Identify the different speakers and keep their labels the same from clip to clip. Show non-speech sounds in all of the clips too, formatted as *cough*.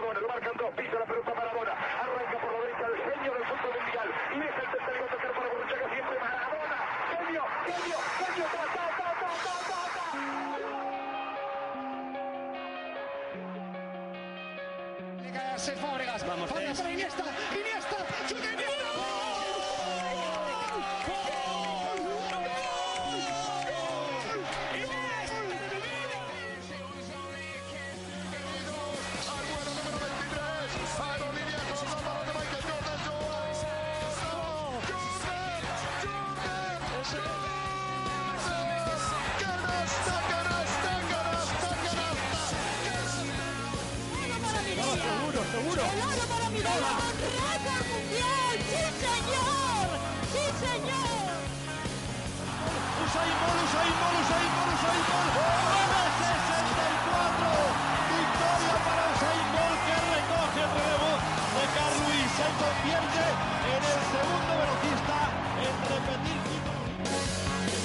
Speaker 1: Burgos, pisa la pelota Maradona, arranca por la derecha el genio del fútbol mundial y deja el tercero a tocar para Burchaca siempre Maradona, genio, genio, genio, ta, ta, ta, ta, ta, ta, ta.
Speaker 2: Llega a ser Fábregas. Vamos, Fábregas para Iniesta. Iniesta. ¡Chuta Iniesta!
Speaker 3: seguro, seguro. El oro para mi un récord mundial. ¡Sí, señor! ¡Sí, señor!
Speaker 4: Usain Bolt, Usain Bolt, Usain Bolt, Usain Bolt. Gana 64. Victoria para Usain Bolt que recoge el relevo de Carl Luis. Se convierte en el segundo velocista en repetir título.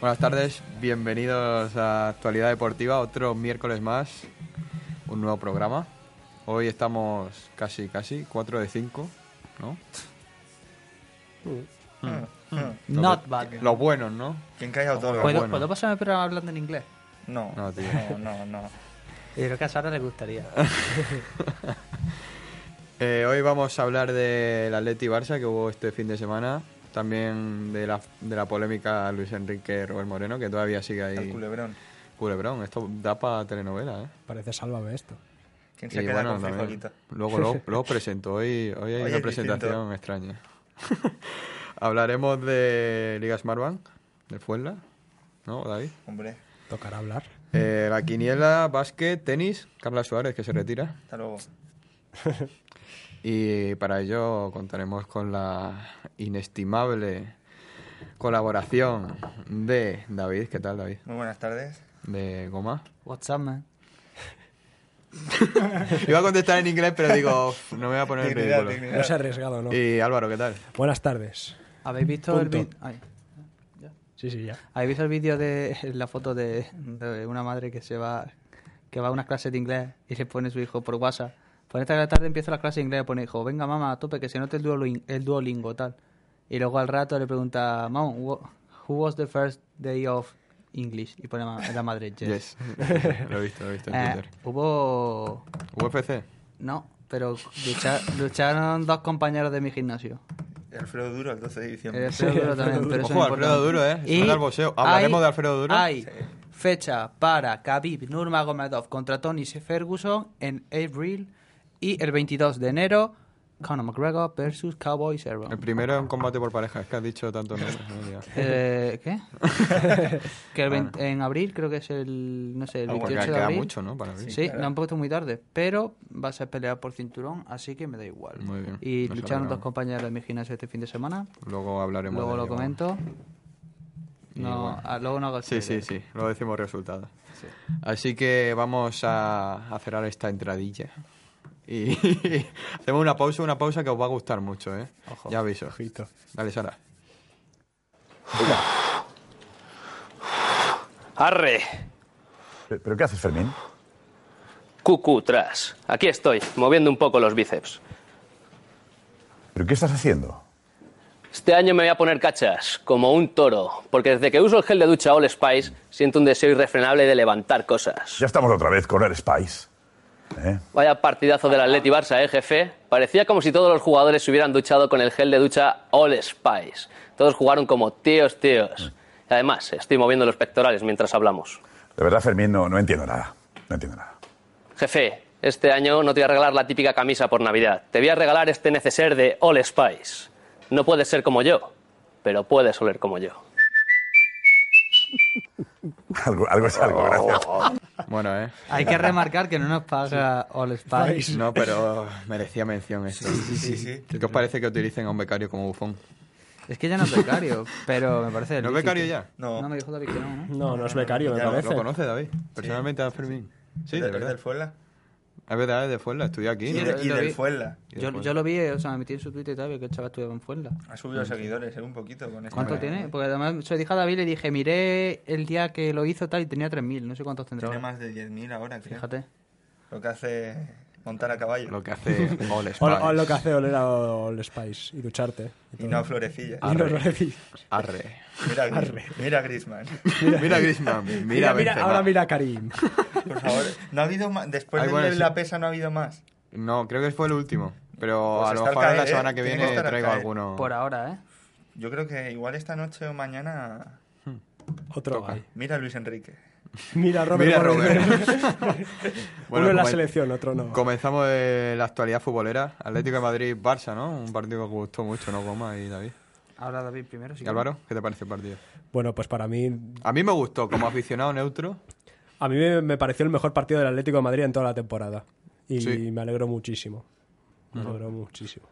Speaker 5: Buenas tardes, bienvenidos a Actualidad Deportiva, otro miércoles más, un nuevo programa. Hoy estamos casi, casi, 4 de 5, ¿no?
Speaker 6: Not
Speaker 5: Lo-
Speaker 6: bad.
Speaker 5: Los buenos, ¿no?
Speaker 7: ¿Quién calla todo?
Speaker 5: Bueno,
Speaker 6: ¿Puedo,
Speaker 5: bueno.
Speaker 6: ¿Puedo pasarme el programa hablando en inglés?
Speaker 7: No,
Speaker 5: No,
Speaker 7: no, *laughs*
Speaker 5: tío.
Speaker 7: no, no.
Speaker 6: Yo creo que a Sara le gustaría.
Speaker 5: Eh, hoy vamos a hablar del Atleti Barça que hubo este fin de semana, también de la, de la polémica Luis Enrique Robert Moreno, que todavía sigue ahí.
Speaker 7: El culebrón.
Speaker 5: Culebrón, esto da para telenovela, ¿eh?
Speaker 8: Parece sálvame esto.
Speaker 7: ¿Quién se
Speaker 5: Y
Speaker 7: queda
Speaker 5: bueno,
Speaker 7: con
Speaker 5: también-
Speaker 7: frijolita?
Speaker 5: Luego, luego,
Speaker 7: *laughs*
Speaker 5: luego presento. Hoy, hoy hay
Speaker 7: Hoy
Speaker 5: una
Speaker 7: es
Speaker 5: presentación
Speaker 7: distinto.
Speaker 5: extraña. *laughs* Hablaremos de Liga Smartbank, de Fuenla, ¿no, David?
Speaker 7: Hombre,
Speaker 8: Tocará hablar.
Speaker 5: Eh, la quiniela, básquet, tenis, Carla Suárez, que se retira.
Speaker 7: hasta luego.
Speaker 5: Y para ello contaremos con la inestimable colaboración de David. ¿Qué tal, David?
Speaker 7: Muy buenas tardes.
Speaker 5: De Goma.
Speaker 6: What's up, man?
Speaker 5: Iba a contestar en inglés, pero digo, "Uf, no me voy a poner en
Speaker 7: Dignidad,
Speaker 5: ridículo.
Speaker 7: dignidad.
Speaker 8: No se ha arriesgado, ¿no?
Speaker 5: Y Álvaro, ¿qué tal?
Speaker 8: Buenas tardes.
Speaker 6: ¿Habéis visto
Speaker 8: Punto.
Speaker 6: el vídeo? Ay.
Speaker 8: Sí, sí, ya.
Speaker 6: ¿Habéis visto el vídeo de la foto de, de una madre que se va que va a unas clases de inglés y le pone su hijo por WhatsApp? Pues esta tarde empieza la clase de inglés y pone hijo, venga mamá, a tope que se note el duolingo, el duolingo tal. Y luego al rato le pregunta, mom, wha- who was the first day of English? Y pone ma- la madre, yes.
Speaker 5: Yes. *laughs* lo he visto, lo he visto en
Speaker 6: Eh,
Speaker 5: Twitter.
Speaker 6: hubo
Speaker 5: UFC.
Speaker 6: No, pero lucha- lucharon dos compañeros de mi gimnasio. Eh,
Speaker 7: Alfredo Duro, el 12 de diciembre.
Speaker 5: Eh, *laughs*
Speaker 6: Alfredo Duro también, pero eso
Speaker 5: Ojo,
Speaker 6: no importa.
Speaker 5: Alfredo Duro, ¿eh?
Speaker 6: Y
Speaker 5: Suena al boxeo. Hablaremos
Speaker 6: hay-
Speaker 5: de Alfredo Duro.
Speaker 6: Hay fecha para Khabib Nurmagomedov contra Tony Ferguson en abril y el 22 de enero Conor McGregor versus Cowboy
Speaker 5: El
Speaker 6: Cerrone.
Speaker 5: primero es un combate por pareja, es que has dicho tantos nombres. ¿no? Ya.
Speaker 6: Eh,
Speaker 5: *laughs*
Speaker 6: ¿Qué? que el vein- en abril creo que es el no sé el
Speaker 7: Ah, bueno,
Speaker 5: Ah, Porque
Speaker 6: 28 de
Speaker 5: queda
Speaker 6: abril.
Speaker 5: mucho, ¿no? Para mí.
Speaker 6: Sí, lo han puesto muy tarde, pero va a ser pelea por cinturón, así que me da igual.
Speaker 5: Muy bien,
Speaker 6: Y
Speaker 5: nos
Speaker 6: lucharon
Speaker 5: alegramos.
Speaker 6: dos compañeros de mi gimnasio este fin de semana.
Speaker 5: Luego hablaremos.
Speaker 6: Luego
Speaker 5: de
Speaker 6: lo
Speaker 5: ello.
Speaker 6: comento.
Speaker 5: Y
Speaker 6: No,
Speaker 5: bueno.
Speaker 6: ah, luego no hago el
Speaker 5: Sí, sí,
Speaker 6: spoiler.
Speaker 5: sí. Luego decimos resultados. Así que vamos a, a cerrar esta entradilla. Y *laughs* hacemos una pausa, una pausa que os va a gustar mucho, ¿eh? Ya aviso.
Speaker 8: Ojito.
Speaker 5: Dale, Sara.
Speaker 9: Arre,
Speaker 10: ¿Pero qué haces, Fermín?
Speaker 9: cucu, tras. Aquí estoy, moviendo un poco los bíceps.
Speaker 10: ¿Pero qué estás haciendo?
Speaker 9: Este año me voy a poner cachas, como un toro, porque desde que uso el gel de ducha All Spice siento un deseo irrefrenable de levantar cosas.
Speaker 10: Ya estamos otra vez con el Spice. ¿Eh?
Speaker 9: Vaya partidazo del Atleti Barça, ¿eh, jefe? Parecía como si todos los jugadores se hubieran duchado con el gel de ducha All Spice. Todos jugaron como tíos, tíos. Y además, estoy moviendo los pectorales mientras hablamos.
Speaker 10: Mm. De verdad, Fermín, no, no entiendo nada. No entiendo nada.
Speaker 9: Jefe, este año no te voy a regalar la típica camisa por Navidad. Te voy a regalar este neceser de All Spice. No puedes ser como yo, pero puedes oler como yo.
Speaker 10: Algo, algo es algo, gracias.
Speaker 5: Bueno, ¿eh?
Speaker 6: Hay que remarcar que no nos paga All Spice.
Speaker 5: No, pero merecía mención esto.
Speaker 7: Sí, sí.
Speaker 5: ¿Qué os parece que utilicen a un becario como bufón?
Speaker 6: Es que ya no es becario, pero me parece.
Speaker 5: ¿No es
Speaker 6: lícito.
Speaker 5: becario ya?
Speaker 7: No,
Speaker 6: No me dijo David que no, ¿no?
Speaker 8: No, no es becario, me
Speaker 7: Ya lo-
Speaker 8: parece.
Speaker 5: ¿Lo conoce, David? Personalmente a Fermín. Sí, de
Speaker 7: ¿El del
Speaker 5: verdad.
Speaker 7: Fuenla?
Speaker 5: Es verdad, es de Fuenla, estudió aquí.
Speaker 7: Y
Speaker 5: ¿no?
Speaker 7: de- y
Speaker 6: Lo
Speaker 7: del
Speaker 6: vi.
Speaker 7: Fuenla.
Speaker 6: Yo, yo lo vi, eh, o sea, me metí en su Twitter y tal, vi que el chaval estudiaba en Fuenla.
Speaker 7: Ha subido seguidores, eh, un poquito con este esto.
Speaker 6: ¿Cuánto tiene? Porque además se lo dije a David y le dije, miré el día que lo hizo tal y tenía 3.000, no sé cuántos tendrá.
Speaker 7: Tiene
Speaker 6: ahora.
Speaker 7: más de 10.000 ahora,
Speaker 5: ¿eh?
Speaker 7: creo.
Speaker 6: Fíjate.
Speaker 7: Lo que hace montar a caballo.
Speaker 5: Lo que *laughs* hace All
Speaker 9: O,
Speaker 5: Spice.
Speaker 9: o lo que hace oler a All Spice y ducharte.
Speaker 7: Y no a florecillas.
Speaker 9: Y no Lorefi.
Speaker 5: Arre.
Speaker 7: Mira, Gris- mira a Griezmann.
Speaker 5: Mira a Griezmann, mira,
Speaker 9: Mira,
Speaker 5: a
Speaker 9: mira,
Speaker 5: Benzema.
Speaker 9: ahora mira a Karim.
Speaker 7: Por favor, no ha habido más. Después
Speaker 5: Ay,
Speaker 7: de
Speaker 5: bueno,
Speaker 7: la
Speaker 5: sí.
Speaker 7: pesa no ha habido más.
Speaker 5: No, creo que fue el último. Pero
Speaker 7: Pues
Speaker 5: a lo
Speaker 7: está al
Speaker 5: mejor la
Speaker 7: caer,
Speaker 5: semana
Speaker 7: ¿eh?
Speaker 5: que
Speaker 7: Tiene que
Speaker 5: viene
Speaker 7: estar al
Speaker 5: traigo
Speaker 7: caer.
Speaker 5: alguno.
Speaker 6: Por ahora, ¿eh?
Speaker 7: Yo creo que igual esta noche o mañana.
Speaker 9: Otro guay.
Speaker 7: Mira a Luis Enrique.
Speaker 9: Mira a Robert.
Speaker 5: Mira a
Speaker 9: Moreno. *laughs*
Speaker 5: Bueno,
Speaker 9: Uno en la
Speaker 5: comen-
Speaker 9: selección, otro no.
Speaker 5: Comenzamos de la actualidad futbolera. Atlético de Madrid-Barça, ¿no? Un partido que gustó mucho, ¿no, Goma y David?
Speaker 6: Ahora David primero, sí.
Speaker 5: ¿Y Álvaro? ¿Qué te parece el partido?
Speaker 9: Bueno, pues para mí,
Speaker 5: A mí me gustó, como aficionado neutro.
Speaker 9: a mí me- me pareció el mejor partido del Atlético de Madrid en toda la temporada. Y
Speaker 5: Sí.
Speaker 9: me alegro muchísimo. Me alegro muchísimo.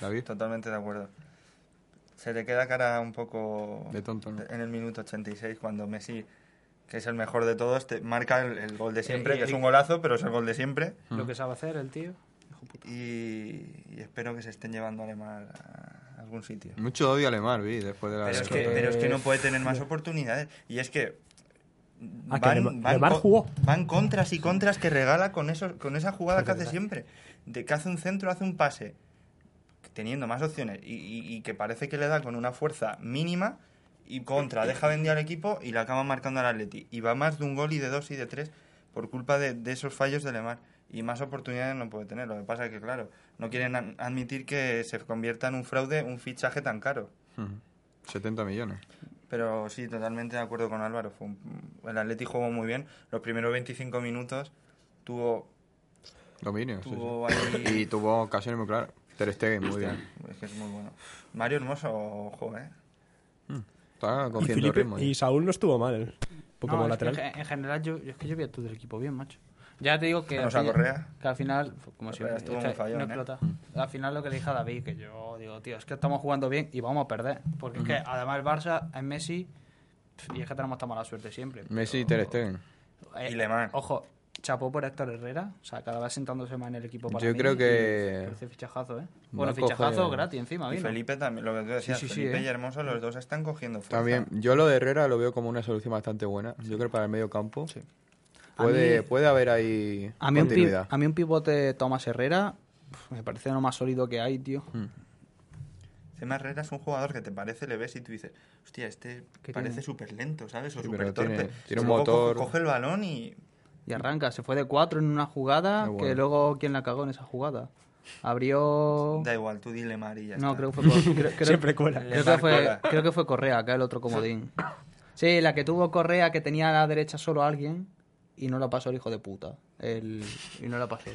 Speaker 5: David,
Speaker 7: Totalmente de acuerdo. Se te queda cara un poco.
Speaker 5: De tonto, ¿no?
Speaker 7: En el minuto 86, cuando Messi, que es el mejor de todos, te marca el, el gol de siempre,
Speaker 6: Eh,
Speaker 7: que es
Speaker 6: eh,
Speaker 7: un golazo, pero es el gol de siempre.
Speaker 6: Lo que sabe hacer el tío.
Speaker 7: Y, y espero que se estén llevando a Lemar a algún sitio.
Speaker 5: mucho odio a Lemar, vi, después de la...
Speaker 7: Pero es, que,
Speaker 5: derrota.
Speaker 7: pero es que no puede tener más oportunidades. Y es que.
Speaker 9: Ah, que Lemar- Lemar
Speaker 7: co-
Speaker 9: jugó.
Speaker 7: van contras y contras que regala con, esos, con esa jugada que hace siempre. De que hace un centro, hace un pase, teniendo más opciones y, y- y que parece que le da con una fuerza mínima y contra, deja vendido al equipo y la acaba marcando al Atleti. Y va más de un gol y de dos y de tres por culpa de, de esos fallos de Lemar. Y más oportunidades no puede tener. Lo que pasa es que, claro, no quieren an- admitir que se convierta en un fraude un fichaje tan caro.
Speaker 5: Ujú. 70 millones.
Speaker 7: Pero sí, totalmente de acuerdo con Álvaro. Fue un- el Atleti jugó muy bien. Los primeros 25 minutos tuvo...
Speaker 5: Dominio, sí, sí.
Speaker 7: Tuvo ahí-
Speaker 5: *clears throat* Y tuvo ocasiones muy claras. Ter Stegen, muy bien.
Speaker 7: Es que es muy bueno. Mario Hermoso, ojo, ¿eh?
Speaker 5: Está
Speaker 9: Y,
Speaker 5: cogiendo
Speaker 9: Felipe-
Speaker 5: ritmo. ya.
Speaker 9: y Saúl no estuvo mal, ¿eh? Un poco
Speaker 6: No,
Speaker 9: como
Speaker 6: es que
Speaker 9: lateral.
Speaker 6: en, en general, yo, yo es que yo vi a todo el equipo bien, macho. Ya te digo que.
Speaker 7: Menos
Speaker 6: al
Speaker 7: a
Speaker 6: fin-
Speaker 7: Correa.
Speaker 6: Que al final, como siempre,
Speaker 7: estuvo
Speaker 6: esto
Speaker 7: muy fallón,
Speaker 6: no
Speaker 7: ¿eh?
Speaker 6: explota. Al final, lo que le dije a David, que yo digo, tío, es que estamos jugando bien y vamos a perder. Porque es que además el Barça es Messi pf, y es que tenemos tan mala suerte siempre.
Speaker 5: Messi y Ter
Speaker 6: pero-
Speaker 5: Stegen.
Speaker 6: Eh,
Speaker 7: Y Lemar.
Speaker 6: Ojo, chapó por Héctor Herrera. O sea, cada vez sentándose más en el equipo para
Speaker 5: Yo
Speaker 6: mí,
Speaker 5: creo
Speaker 6: y
Speaker 5: que-
Speaker 6: Parece fichajazo, ¿eh. Bueno,
Speaker 5: coge-
Speaker 6: fichajazo gratis encima,
Speaker 7: Y
Speaker 6: vino.
Speaker 7: Felipe también, lo que tú decías,
Speaker 6: sí, sí,
Speaker 7: Felipe
Speaker 6: ¿eh?
Speaker 7: y Hermoso, los dos están cogiendo fuerza.
Speaker 5: También, yo lo de Herrera lo veo como una solución bastante buena. Yo creo que para el medio campo puede,
Speaker 6: A mí-
Speaker 5: puede haber ahí
Speaker 6: A mí, un pi-
Speaker 5: continuidad.
Speaker 6: a mí un pivote Tomás Herrera pf, me parece lo más sólido que hay, tío.
Speaker 7: Cema Herrera es un jugador que te parece, le ves y tú dices, hostia, este
Speaker 6: ¿Qué
Speaker 7: parece
Speaker 6: tiene?
Speaker 7: súper lento, ¿sabes? O
Speaker 5: Sí,
Speaker 7: súper
Speaker 5: pero
Speaker 7: torpe.
Speaker 5: tiene- tiene un
Speaker 7: Luego co-
Speaker 5: motor.
Speaker 7: Coge, el balón y...
Speaker 6: Y arranca, se fue de cuatro en una jugada,
Speaker 5: Qué bueno.
Speaker 6: que luego, ¿quién la cagó en esa jugada? Abrió...
Speaker 7: Da igual, tú dile Mar y ya
Speaker 6: No,
Speaker 7: está.
Speaker 6: creo que fue... Cor- creo- creo-
Speaker 9: Siempre cuela.
Speaker 6: creo que fue,
Speaker 7: Lemar
Speaker 6: creo que fue Correa, que es el otro comodín. Sí, la que tuvo Correa, que tenía a la derecha solo a alguien, y no la pasó el hijo de puta. El... Y no la pasó.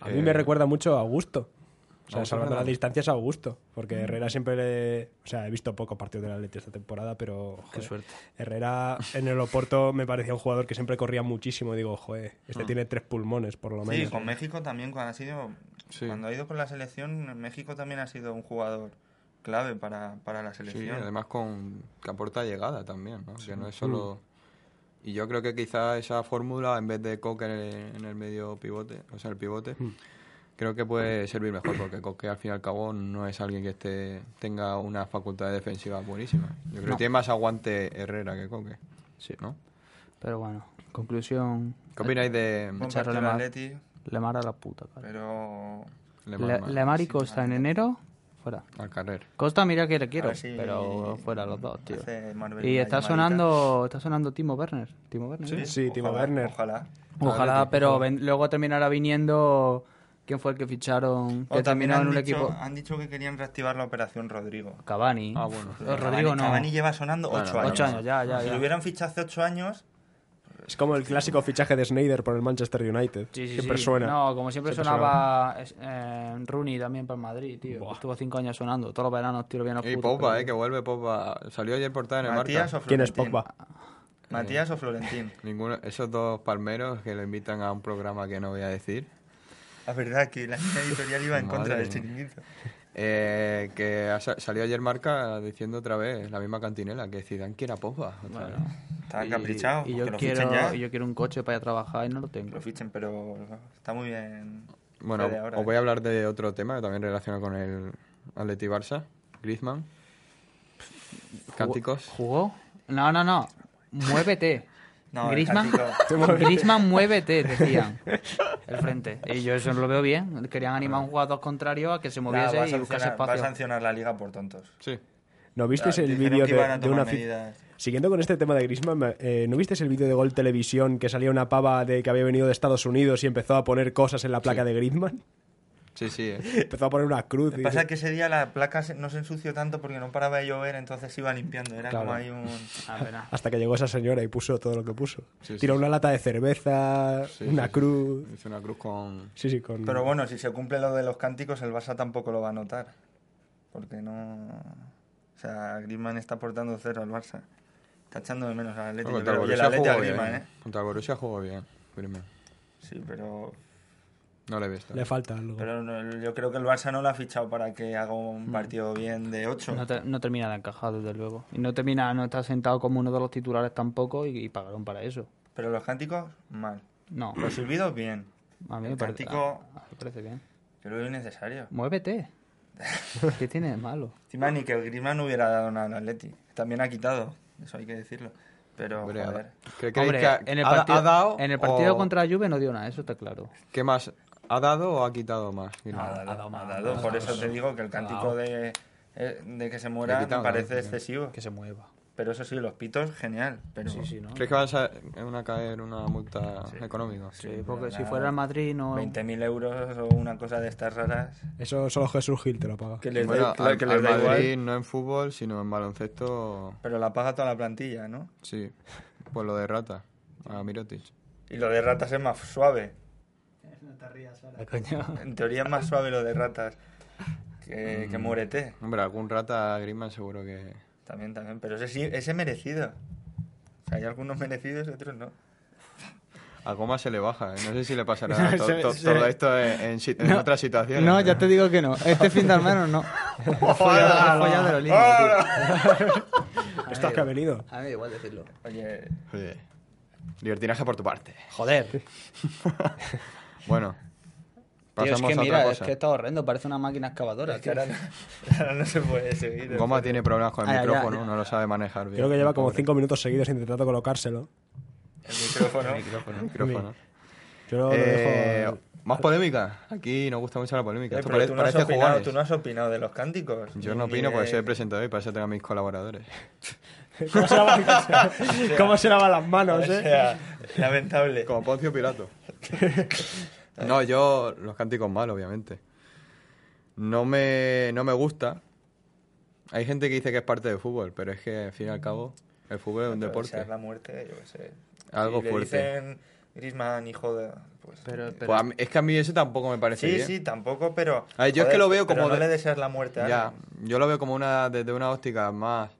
Speaker 9: A
Speaker 7: Eh,
Speaker 9: mí me recuerda mucho a Augusto. O sea,
Speaker 5: Augusto
Speaker 9: salvando las
Speaker 5: Fernando.
Speaker 9: distancias a Augusto. Porque Herrera siempre le... O sea, he visto pocos partidos del Atleti esta temporada, pero... joder,
Speaker 6: suerte.
Speaker 9: Herrera en el Oporto me parecía un jugador que siempre corría muchísimo. Digo, joder, este tiene tres pulmones por lo
Speaker 7: Sí,
Speaker 9: menos.
Speaker 7: con México también cuando ha sido
Speaker 5: Sí.
Speaker 7: cuando ha ido con la selección, México también ha sido un jugador clave para, para la
Speaker 5: Sí,
Speaker 7: selección.
Speaker 5: además con que aporta llegada también, ¿no? Que no es solo...
Speaker 7: Mm.
Speaker 5: Y yo creo que quizá esa fórmula, en vez de Coque en el, en el medio pivote, o sea, el pivote,
Speaker 7: Mm.
Speaker 5: creo que puede servir mejor, porque Coque al fin y al cabo no es alguien que esté tenga una facultad defensiva buenísima. Yo creo que tiene más aguante Herrera que Coque,
Speaker 6: Sí.
Speaker 5: ¿no?
Speaker 6: Pero bueno, conclusión...
Speaker 5: ¿Qué opináis de
Speaker 7: Buen
Speaker 6: Echar a
Speaker 7: partido al
Speaker 6: Lemar.
Speaker 7: Atleti,
Speaker 6: Lemar a la puta, cara.
Speaker 7: pero
Speaker 5: Lemar
Speaker 6: Le,
Speaker 5: Mar-
Speaker 6: Lemar y Costa en enero, fuera.
Speaker 5: al carrer?
Speaker 6: Costa, mira que le quiero,
Speaker 7: ver si
Speaker 6: pero fuera los dos, tío.
Speaker 7: hace Marvel
Speaker 6: Y
Speaker 7: una
Speaker 6: está
Speaker 7: llamadita.
Speaker 6: sonando, está sonando Timo Werner. Timo Werner. ¿no?
Speaker 9: Sí, Timo
Speaker 7: Ojalá,
Speaker 9: Werner.
Speaker 7: Ojalá.
Speaker 6: Ojalá, pero ven- luego terminará viniendo. ¿Quién fue el que ficharon? Que
Speaker 7: O también
Speaker 6: terminó
Speaker 7: han,
Speaker 6: en un
Speaker 7: dicho,
Speaker 6: equipo.
Speaker 7: han dicho que querían reactivar la operación Rodrigo.
Speaker 6: Cavani.
Speaker 5: Ah, bueno.
Speaker 6: Eh, Rodrigo
Speaker 7: Cavani-
Speaker 6: no.
Speaker 7: Cavani lleva sonando ocho años.
Speaker 6: ocho años, ya, ya,
Speaker 7: Si
Speaker 6: ya.
Speaker 7: lo hubieran fichado hace ocho años,
Speaker 9: Es como el clásico fichaje de Snyder por el Manchester United.
Speaker 6: Sí, sí,
Speaker 9: siempre
Speaker 6: sí.
Speaker 9: suena.
Speaker 6: No, como siempre,
Speaker 9: Siempre
Speaker 6: sonaba, es- eh, Rooney también para el Madrid, tío. Estuvo cinco años sonando. Todos los veranos tiro bien a los
Speaker 5: Y
Speaker 6: putos,
Speaker 5: Popa,
Speaker 6: pero-
Speaker 5: eh, que vuelve Popa. Salió ayer portada en el
Speaker 7: Matías
Speaker 5: marca.
Speaker 7: o Florentín.
Speaker 9: ¿Quién es Pogba?
Speaker 7: Matías o Florentín.
Speaker 5: Ninguno, esos dos palmeros que lo invitan a un programa que no voy a decir.
Speaker 7: La verdad
Speaker 6: *laughs*
Speaker 7: que la línea editorial iba en contra
Speaker 5: Madre
Speaker 7: del
Speaker 5: mía.
Speaker 7: chiringuito.
Speaker 5: Eh, que ha sa- salió ayer marca diciendo otra vez la misma cantinela, que Zidane quiera Popa. otra vez.
Speaker 7: Está
Speaker 6: Y-
Speaker 7: encaprichado.
Speaker 6: Y, yo,
Speaker 7: que lo fichen
Speaker 6: quiero,
Speaker 7: ya.
Speaker 6: yo quiero un coche para ir a trabajar y no lo
Speaker 7: Que
Speaker 6: tengo.
Speaker 7: Lo fichen, pero está muy bien.
Speaker 5: Bueno,
Speaker 7: Fede ahora,
Speaker 5: os voy
Speaker 7: ¿eh?
Speaker 5: a hablar de otro tema que también relaciona con el Atleti Barça, Griezmann. Cánticos.
Speaker 6: ¿Jugó? No, no, no. Muévete.
Speaker 7: No, el
Speaker 6: Griezmann, *laughs*
Speaker 7: táctico.
Speaker 6: Griezmann, muévete, decían. El frente. Y yo eso lo veo bien. Querían animar a un jugador contrario a que se
Speaker 7: La-
Speaker 6: moviese
Speaker 7: va, a
Speaker 6: y buscase
Speaker 7: sancionar, va a
Speaker 6: espacio.
Speaker 7: sancionar la liga por tontos.
Speaker 5: Sí.
Speaker 9: ¿No visteis
Speaker 7: Ah,
Speaker 9: Este el
Speaker 7: dijeron
Speaker 9: vídeo
Speaker 7: que
Speaker 9: de,
Speaker 7: iban a
Speaker 9: de
Speaker 7: tomar
Speaker 9: una fi-
Speaker 7: medidas.
Speaker 9: Siguiendo con este tema de Griezmann, me- eh, ¿no visteis el vídeo de Gol Televisión que salía una pava de que había venido de Estados Unidos y empezó a poner cosas en la placa de Griezmann?
Speaker 5: Sí, sí.
Speaker 9: *laughs*
Speaker 5: eh.
Speaker 9: *laughs* Empezó a poner una cruz.
Speaker 7: Lo
Speaker 9: y
Speaker 7: que pasa es
Speaker 9: dice-
Speaker 7: que ese día la placa se- no se ensució tanto porque no paraba de llover, entonces se iba limpiando. Era
Speaker 9: Claro.
Speaker 7: como ahí un.
Speaker 6: A ver, ah.
Speaker 9: Hasta que llegó esa señora y puso todo lo que puso.
Speaker 5: Sí,
Speaker 9: Tiró
Speaker 5: sí,
Speaker 9: una lata de cerveza,
Speaker 5: Sí,
Speaker 9: una
Speaker 5: sí, sí.
Speaker 9: cruz.
Speaker 5: Hizo una cruz con.
Speaker 9: Sí, sí, con.
Speaker 7: Pero bueno, si se cumple lo de los cánticos, el Barça tampoco lo va a notar. Porque no. O sea, Griezmann está aportando cero al Barça. Está echando de menos al Atlético.
Speaker 5: Bueno, contra el
Speaker 7: pero- y el
Speaker 5: Borussia
Speaker 7: Atlético a
Speaker 5: jugó bien.
Speaker 7: Griezmann, ¿eh?
Speaker 5: Contra el Borussia jugó bien. Griezmann.
Speaker 7: Sí, pero.
Speaker 5: No le he visto.
Speaker 9: Le falta algo.
Speaker 7: Pero no- yo creo que el Barça no lo ha fichado para que haga un partido bien de 8.
Speaker 6: Mm. No, te- no termina de encajar, desde luego. Y no termina, no está sentado como uno de los titulares tampoco y, y pagaron para eso.
Speaker 7: Pero los cánticos, mal.
Speaker 6: No,
Speaker 7: Los silbidos, bien.
Speaker 6: a mí me
Speaker 7: El
Speaker 6: parece, Mm.
Speaker 7: táctico-
Speaker 6: a- a- me parece bien.
Speaker 7: Que lo veo innecesario.
Speaker 6: Muévete. ¿Qué tiene de malo?
Speaker 7: Encima ni que Griezmann hubiera dado nada al Atleti. También ha quitado, eso hay que decirlo. Pero,
Speaker 5: Hombre, ha-
Speaker 7: joder.
Speaker 5: ¿Cre- creéis
Speaker 6: Hombre,
Speaker 5: que ha-
Speaker 6: en el
Speaker 5: ha da-
Speaker 6: partido,
Speaker 5: ha dado
Speaker 6: en el partido
Speaker 5: o-
Speaker 6: contra la Juve no dio nada, eso está claro.
Speaker 5: ¿Qué más? ¿Ha dado o ha quitado más? Griezmann?
Speaker 7: Ha dado,
Speaker 6: ha dado mal,
Speaker 7: ha
Speaker 6: ha
Speaker 7: dado.
Speaker 6: dado
Speaker 7: Por
Speaker 6: mal.
Speaker 7: eso te digo que el cántico de, eh, de que se muera
Speaker 5: Le
Speaker 7: me
Speaker 5: quitaron,
Speaker 7: parece
Speaker 5: ¿no?
Speaker 7: excesivo.
Speaker 6: Que se mueva.
Speaker 7: Pero eso sí, los pitos, genial. Pero
Speaker 6: Sí, sí, ¿no?
Speaker 5: ¿Crees que va a sa- una caer una multa económica?
Speaker 6: Sí, porque
Speaker 7: pero
Speaker 6: si
Speaker 7: nada,
Speaker 6: fuera el Madrid no...
Speaker 7: 20.000 euros o una cosa de estas raras.
Speaker 9: Eso solo Jesús Gil te lo paga.
Speaker 7: Que les
Speaker 5: Bueno,
Speaker 7: da, claro
Speaker 5: al-
Speaker 7: que
Speaker 5: al
Speaker 7: les da
Speaker 5: Madrid
Speaker 7: igual.
Speaker 5: no en fútbol, sino en baloncesto,
Speaker 7: Pero la paga toda la plantilla, ¿no?
Speaker 5: sí. Pues lo de Rata, a Mirotic.
Speaker 7: Y lo de ratas es más suave.
Speaker 6: Coño.
Speaker 7: En teoría es más suave lo de ratas
Speaker 9: Mm.
Speaker 7: que, que muérete.
Speaker 5: Hombre, algún Rata Griezmann seguro que...
Speaker 7: También, también. Pero ese sí, ese merecido. O sea, hay algunos merecidos y otros no.
Speaker 5: A Goma se le baja, ¿eh? no sé si le pasará
Speaker 6: *laughs*
Speaker 5: to-
Speaker 9: se-
Speaker 5: to-
Speaker 9: se-
Speaker 5: todo esto en, en sit- en otras situaciones.
Speaker 6: No, ya te digo que no. Este fin de al menos no. Follado- follado de los líos,
Speaker 9: Esto es que ha venido.
Speaker 6: tío. A mí igual decirlo.
Speaker 7: Oye, *laughs*
Speaker 5: Oye, Libertinaje por tu parte.
Speaker 6: Joder. Tío,
Speaker 5: *laughs* Bueno,
Speaker 6: es
Speaker 5: pasamos
Speaker 6: que
Speaker 5: a otra
Speaker 6: mira, es
Speaker 5: cosa.
Speaker 6: que está horrendo. Parece una máquina excavadora.
Speaker 7: es que
Speaker 6: tío.
Speaker 7: ahora no, ahora no se puede seguir. en
Speaker 5: Goma
Speaker 7: serio.
Speaker 5: tiene problemas con el
Speaker 6: Ah, ya,
Speaker 5: micrófono,
Speaker 6: ya.
Speaker 5: no lo sabe manejar bien.
Speaker 9: Creo que lleva como
Speaker 5: Pobre.
Speaker 9: cinco minutos seguidos intentando colocárselo.
Speaker 7: El
Speaker 5: *laughs*
Speaker 7: micrófono.
Speaker 5: El micrófono.
Speaker 9: Yo lo, lo
Speaker 5: Eh,
Speaker 9: dejo.
Speaker 5: Más polémica. Aquí nos gusta mucho la polémica.
Speaker 7: Eh,
Speaker 5: Esto
Speaker 7: pero
Speaker 5: pare-
Speaker 7: tú, no has
Speaker 5: parece
Speaker 7: opinado,
Speaker 5: jugar.
Speaker 7: tú no has opinado de los cánticos.
Speaker 5: Yo
Speaker 7: Ni-
Speaker 5: no
Speaker 7: ni
Speaker 5: opino
Speaker 7: de-
Speaker 5: porque
Speaker 7: *laughs*
Speaker 5: soy el presentador y para eso tengo a mis colaboradores.
Speaker 9: ¿Cómo se, lavan, cómo se lavan las
Speaker 7: O
Speaker 9: manos, eh?
Speaker 7: sea, lamentable.
Speaker 5: Como Poncio Pilato. *laughs* no, yo los cánticos mal, obviamente. No me, no me gusta. Hay gente que dice que es parte del fútbol, pero es que al fin y al cabo el fútbol es un
Speaker 7: Pero, o sea,
Speaker 5: deporte.
Speaker 7: la muerte, yo qué sé.
Speaker 5: Algo
Speaker 7: Si le
Speaker 5: fuerte.
Speaker 7: dicen Griezmann, hijo de... Pues,
Speaker 6: Pero, pero-
Speaker 5: Pues a mí- es que a mí eso tampoco me parece
Speaker 7: sí,
Speaker 5: bien.
Speaker 7: sí, tampoco, pero...
Speaker 5: A ver, yo es que lo veo
Speaker 7: pero
Speaker 5: como
Speaker 7: no
Speaker 5: de-
Speaker 7: le deseas la muerte a
Speaker 5: Ya,
Speaker 7: alguien.
Speaker 5: yo lo veo como una desde una óptica más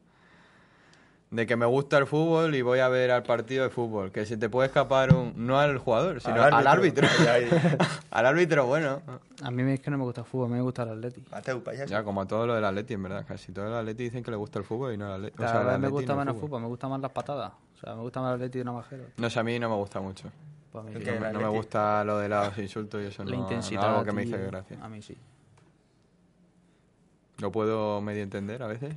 Speaker 5: de que me gusta el fútbol y voy a ver al partido de fútbol. Que se te puede escapar un, no al jugador, sino
Speaker 7: Al
Speaker 5: al
Speaker 7: árbitro.
Speaker 5: árbitro.
Speaker 7: Ahí, ahí.
Speaker 5: *laughs* al árbitro, bueno.
Speaker 6: A mí es que no me gusta el fútbol, me gusta el Atleti.
Speaker 7: Mateu, payaso.
Speaker 5: Ya, como a todo lo del Atleti, en verdad. Casi todo el Atleti dicen que le gusta el fútbol y no Pues el Atleti.
Speaker 6: Cada vez me gusta menos el fútbol, me gusta más las patadas. O sea, me gusta más el Atleti de Navajero.
Speaker 5: No sé, a mí no me gusta mucho.
Speaker 6: Pues a mí
Speaker 7: El
Speaker 6: sí.
Speaker 7: que-
Speaker 5: No me, no me
Speaker 7: Atleti.
Speaker 5: gusta lo de los insultos y eso.
Speaker 6: La
Speaker 5: no- no
Speaker 6: intensidad.
Speaker 5: es algo que me
Speaker 6: tío,
Speaker 5: dice gracia.
Speaker 6: A mí sí.
Speaker 5: Lo puedo medio entender a veces.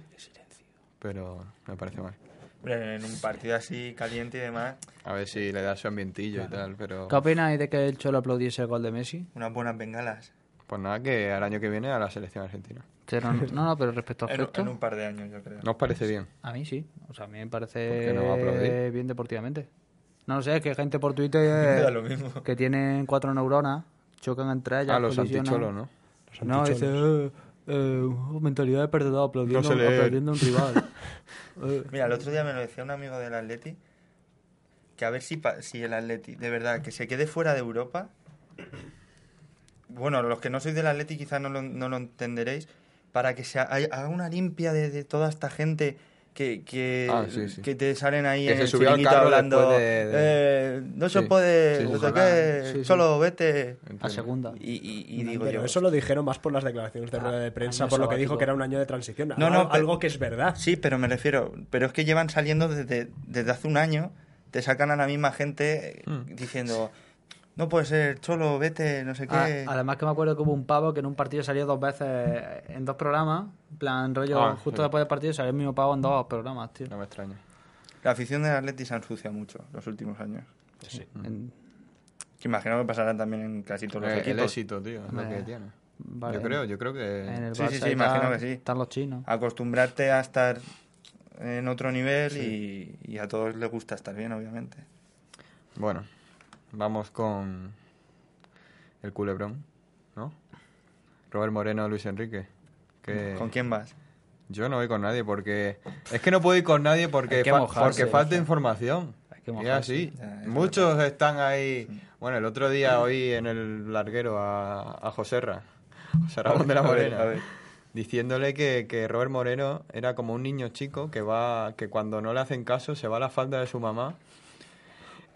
Speaker 5: Pero me parece mal.
Speaker 7: Hombre, en un partido así caliente y demás,
Speaker 5: A ver si le da su ambientillo y tal, pero...
Speaker 6: ¿Qué opináis de que el Cholo aplaudiese el gol de Messi?
Speaker 7: unas buenas bengalas.
Speaker 5: Pues nada, que al año que viene a la selección argentina. *laughs*
Speaker 6: Pero no, no, no, pero respecto al
Speaker 7: En,
Speaker 6: gesto,
Speaker 7: en un par de años, yo creo.
Speaker 5: ¿No os parece bien?
Speaker 6: a mí sí. O sea, a mí me parece
Speaker 5: qué no va a aplaudir?
Speaker 6: bien deportivamente. No lo sé, es que hay gente por
Speaker 5: *laughs*
Speaker 7: Me da
Speaker 6: Twitter
Speaker 7: lo mismo.
Speaker 6: que tienen cuatro neuronas, chocan entre ellas.
Speaker 5: Ah, los
Speaker 6: colisionan.
Speaker 5: anticholos, ¿no?
Speaker 6: No, dice, eh, eh, mentalidad de perdedor aplaudiendo,
Speaker 5: No sé leer.
Speaker 6: aplaudiendo a un rival. Eh,
Speaker 7: Mira, el otro día me lo decía un amigo del Atleti que a ver si, pa- si el Atleti, de verdad, que se quede fuera de Europa. Bueno, los que no sois del Atleti quizás no lo, no lo entenderéis. Para que se ha- hay- haga una limpia de, de toda esta gente que, que,
Speaker 5: Ah, sí, sí.
Speaker 7: que te salen ahí
Speaker 5: Que
Speaker 7: en
Speaker 5: se
Speaker 7: el
Speaker 5: subió al
Speaker 7: chiringuito
Speaker 5: carro
Speaker 7: hablando.
Speaker 5: después de- de-
Speaker 7: eh, no se
Speaker 5: Sí,
Speaker 7: puede,
Speaker 5: sí, sí,
Speaker 7: no sé
Speaker 5: ojalá.
Speaker 7: qué,
Speaker 6: Sí, sí.
Speaker 7: solo vete.
Speaker 6: A segunda.
Speaker 7: Y, y- y digo
Speaker 9: Pero
Speaker 7: yo.
Speaker 9: eso lo dijeron más por las declaraciones de rueda de prensa, por lo que dijo
Speaker 6: sabático.
Speaker 9: que era un año de transición.
Speaker 7: No, no,
Speaker 9: Al- algo
Speaker 7: pero-
Speaker 9: que es verdad.
Speaker 7: Sí, pero me refiero. Pero es que llevan saliendo desde, desde hace un año. Te sacan a la misma gente eh, diciendo. No puede ser, Cholo, vete, no sé qué.
Speaker 6: Ah, además que me acuerdo que hubo un pavo que en un partido salió dos veces en dos programas, en plan rollo
Speaker 5: Ah,
Speaker 6: justo
Speaker 5: sí.
Speaker 6: después del partido salió el mismo pavo en dos programas, tío.
Speaker 5: No me extraña.
Speaker 7: La afición del Atleti se ha ensuciado mucho los últimos años.
Speaker 6: En-
Speaker 7: Que imagino que pasará también en casi todos los
Speaker 5: Eh, el
Speaker 7: equipos.
Speaker 5: éxito, tío, es lo
Speaker 6: Hombre.
Speaker 5: que tiene.
Speaker 6: vale, Eh.
Speaker 5: yo creo, yo creo
Speaker 6: en
Speaker 5: que.
Speaker 6: el
Speaker 7: Sí, sí,
Speaker 6: Barça
Speaker 7: sí,
Speaker 6: y
Speaker 7: imagino
Speaker 6: tal,
Speaker 7: que sí.
Speaker 6: Están los chinos.
Speaker 7: Acostumbrarte a estar en otro nivel y, y a todos les gusta estar bien, obviamente.
Speaker 5: Bueno, vamos con. El culebrón, ¿no? Robert Moreno, Luis Enrique. Que
Speaker 7: ¿Con quién vas?
Speaker 5: Yo no voy con nadie porque. Es que no puedo ir con nadie porque,
Speaker 6: Hay que
Speaker 5: fa-
Speaker 6: mojarse,
Speaker 5: porque falta información.
Speaker 6: Hay que
Speaker 5: Y es
Speaker 6: mojarse.
Speaker 5: así.
Speaker 7: Ya, es
Speaker 5: Muchos están ahí. Bueno, el otro día oí en el larguero a, a Joserra, José Ramón de la
Speaker 7: *laughs* A ver,
Speaker 5: Morena,
Speaker 7: a ver.
Speaker 5: diciéndole que, que Robert Moreno era como un niño chico que va que cuando no le hacen caso se va a la falda de su mamá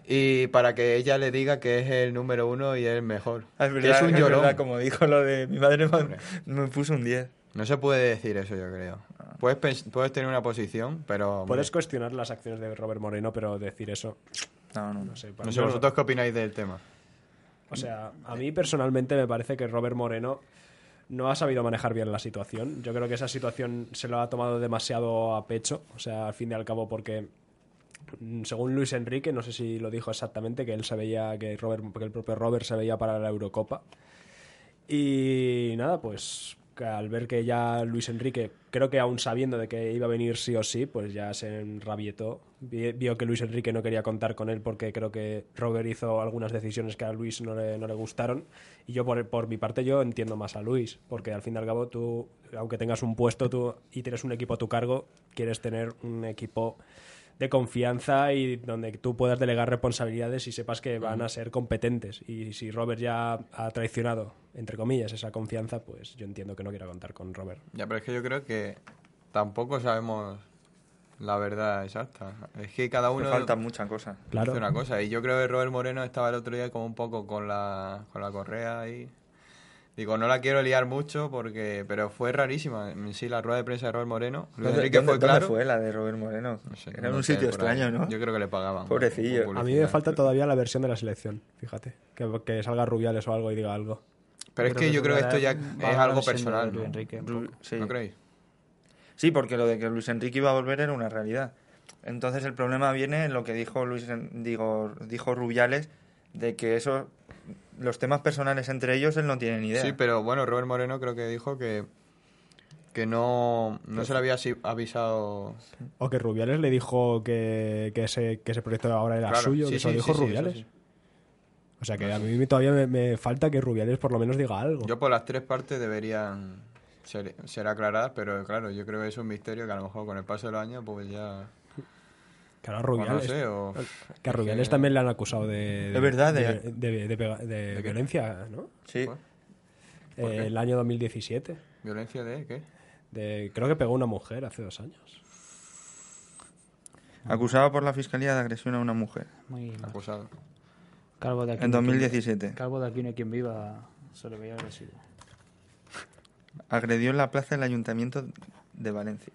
Speaker 5: y para que ella le diga que es el número uno y el mejor.
Speaker 7: Ah, Es
Speaker 5: Que
Speaker 7: verdad,
Speaker 5: es un
Speaker 7: es
Speaker 5: llorón.
Speaker 7: verdad, como dijo lo de mi madre, me, me puso un 10.
Speaker 5: No se puede decir eso, yo creo. Puedes, pens- puedes tener una posición, pero... hombre,
Speaker 9: Puedes cuestionar las acciones de Robert Moreno, pero decir eso,
Speaker 7: No, no, no
Speaker 9: no sé. para-
Speaker 5: No sé
Speaker 9: no-
Speaker 5: vosotros qué opináis del tema.
Speaker 9: O sea, a mí personalmente me parece que Robert Moreno no ha sabido manejar bien la situación. Yo creo que esa situación se lo ha tomado demasiado a pecho. O sea, al fin y al cabo, porque mm, según Luis Enrique, no sé si lo dijo exactamente, que él se veía, que, Robert, que el propio Robert se veía para la Eurocopa. Y nada, pues que al ver que ya Luis Enrique, creo que aún sabiendo de que iba a venir sí o sí, pues ya se enrabietó. Vi- Vio que Luis Enrique no quería contar con él porque creo que Robert hizo algunas decisiones que a Luis no le, no le gustaron. Y yo, por, por mi parte, yo entiendo más a Luis, porque al fin y al cabo tú, aunque tengas un puesto tú y tienes un equipo a tu cargo, quieres tener un equipo de confianza y donde tú puedas delegar responsabilidades y sepas que van a ser competentes. Y si Robert ya ha traicionado, entre comillas, esa confianza, pues yo entiendo que no quiera contar con Robert.
Speaker 5: Ya, pero es que yo creo que tampoco sabemos la verdad exacta. Es que cada
Speaker 7: Me
Speaker 5: uno
Speaker 7: faltan muchas cosas.
Speaker 5: dice
Speaker 9: Claro.
Speaker 5: una cosa. Y yo creo que Robert Moreno estaba el otro día como un poco con la, con la correa ahí. Digo, no la quiero liar mucho porque... Pero fue rarísima en sí la rueda de prensa de Robert Moreno. Luis
Speaker 7: ¿Dónde,
Speaker 5: Enrique
Speaker 7: dónde-
Speaker 5: fue
Speaker 7: dónde
Speaker 5: claro.
Speaker 7: fue la de Robert Moreno?
Speaker 5: No sé,
Speaker 7: Era
Speaker 5: no
Speaker 7: un
Speaker 5: sé,
Speaker 7: sitio
Speaker 5: por ahí.
Speaker 7: extraño, ¿no?
Speaker 5: Yo creo que le pagaban.
Speaker 7: Pobrecillo.
Speaker 5: por
Speaker 9: A mí me
Speaker 5: publicidad.
Speaker 9: falta todavía la versión de la selección, fíjate. Que, que salga Rubiales o algo y diga algo.
Speaker 5: Pero es que yo creo que esto ya
Speaker 6: va
Speaker 5: es
Speaker 6: a
Speaker 5: algo
Speaker 6: la versión
Speaker 5: personal.
Speaker 6: de Luis
Speaker 5: ¿no?
Speaker 6: Enrique, un
Speaker 7: Ru-
Speaker 6: poco.
Speaker 7: sí.
Speaker 5: ¿No creéis?
Speaker 7: Sí, porque lo de que Luis Enrique iba a volver era una realidad. Entonces el problema viene en lo que dijo Luis En- digo dijo Rubiales de que eso los temas personales entre ellos él no tiene ni idea.
Speaker 5: Sí, pero bueno, Robert Moreno creo que dijo que, que no, no se le había asi- avisado.
Speaker 9: O que Rubiales le dijo que, que, ese, que ese proyecto ahora era
Speaker 5: Claro,
Speaker 9: suyo,
Speaker 5: sí,
Speaker 9: que se lo
Speaker 5: sí,
Speaker 9: dijo
Speaker 5: sí, sí, eso
Speaker 9: Rubiales.
Speaker 5: sí.
Speaker 9: O sea que a mí todavía me, me falta que Rubiales por lo menos diga algo.
Speaker 5: Yo por las tres partes deberían ser, ser aclaradas, pero claro, yo creo que es un misterio que a lo mejor con el paso del año pues ya...
Speaker 9: que ahora
Speaker 5: o no
Speaker 9: Rubiales,
Speaker 5: sé, o...
Speaker 9: que a Rubiales
Speaker 5: que-
Speaker 9: también le han acusado de...
Speaker 7: Es verdad, de-
Speaker 9: de- de pega- de
Speaker 5: qué?
Speaker 9: violencia, ¿no?
Speaker 7: Sí.
Speaker 5: ¿Por?
Speaker 9: Eh,
Speaker 5: qué?
Speaker 9: el año 2017.
Speaker 5: ¿Violencia de qué?
Speaker 9: De, creo que pegó a una mujer hace dos años.
Speaker 7: Acusado por la fiscalía de agresión a una mujer
Speaker 6: Muy mal.
Speaker 5: Acusado.
Speaker 6: Calvo de aquí.
Speaker 7: Ah, en
Speaker 6: no hay quien-
Speaker 7: 2017.
Speaker 6: Calvo de aquí no hay quien viva se lo veía agresivo.
Speaker 7: Agredió en la plaza del Ayuntamiento de Valencia.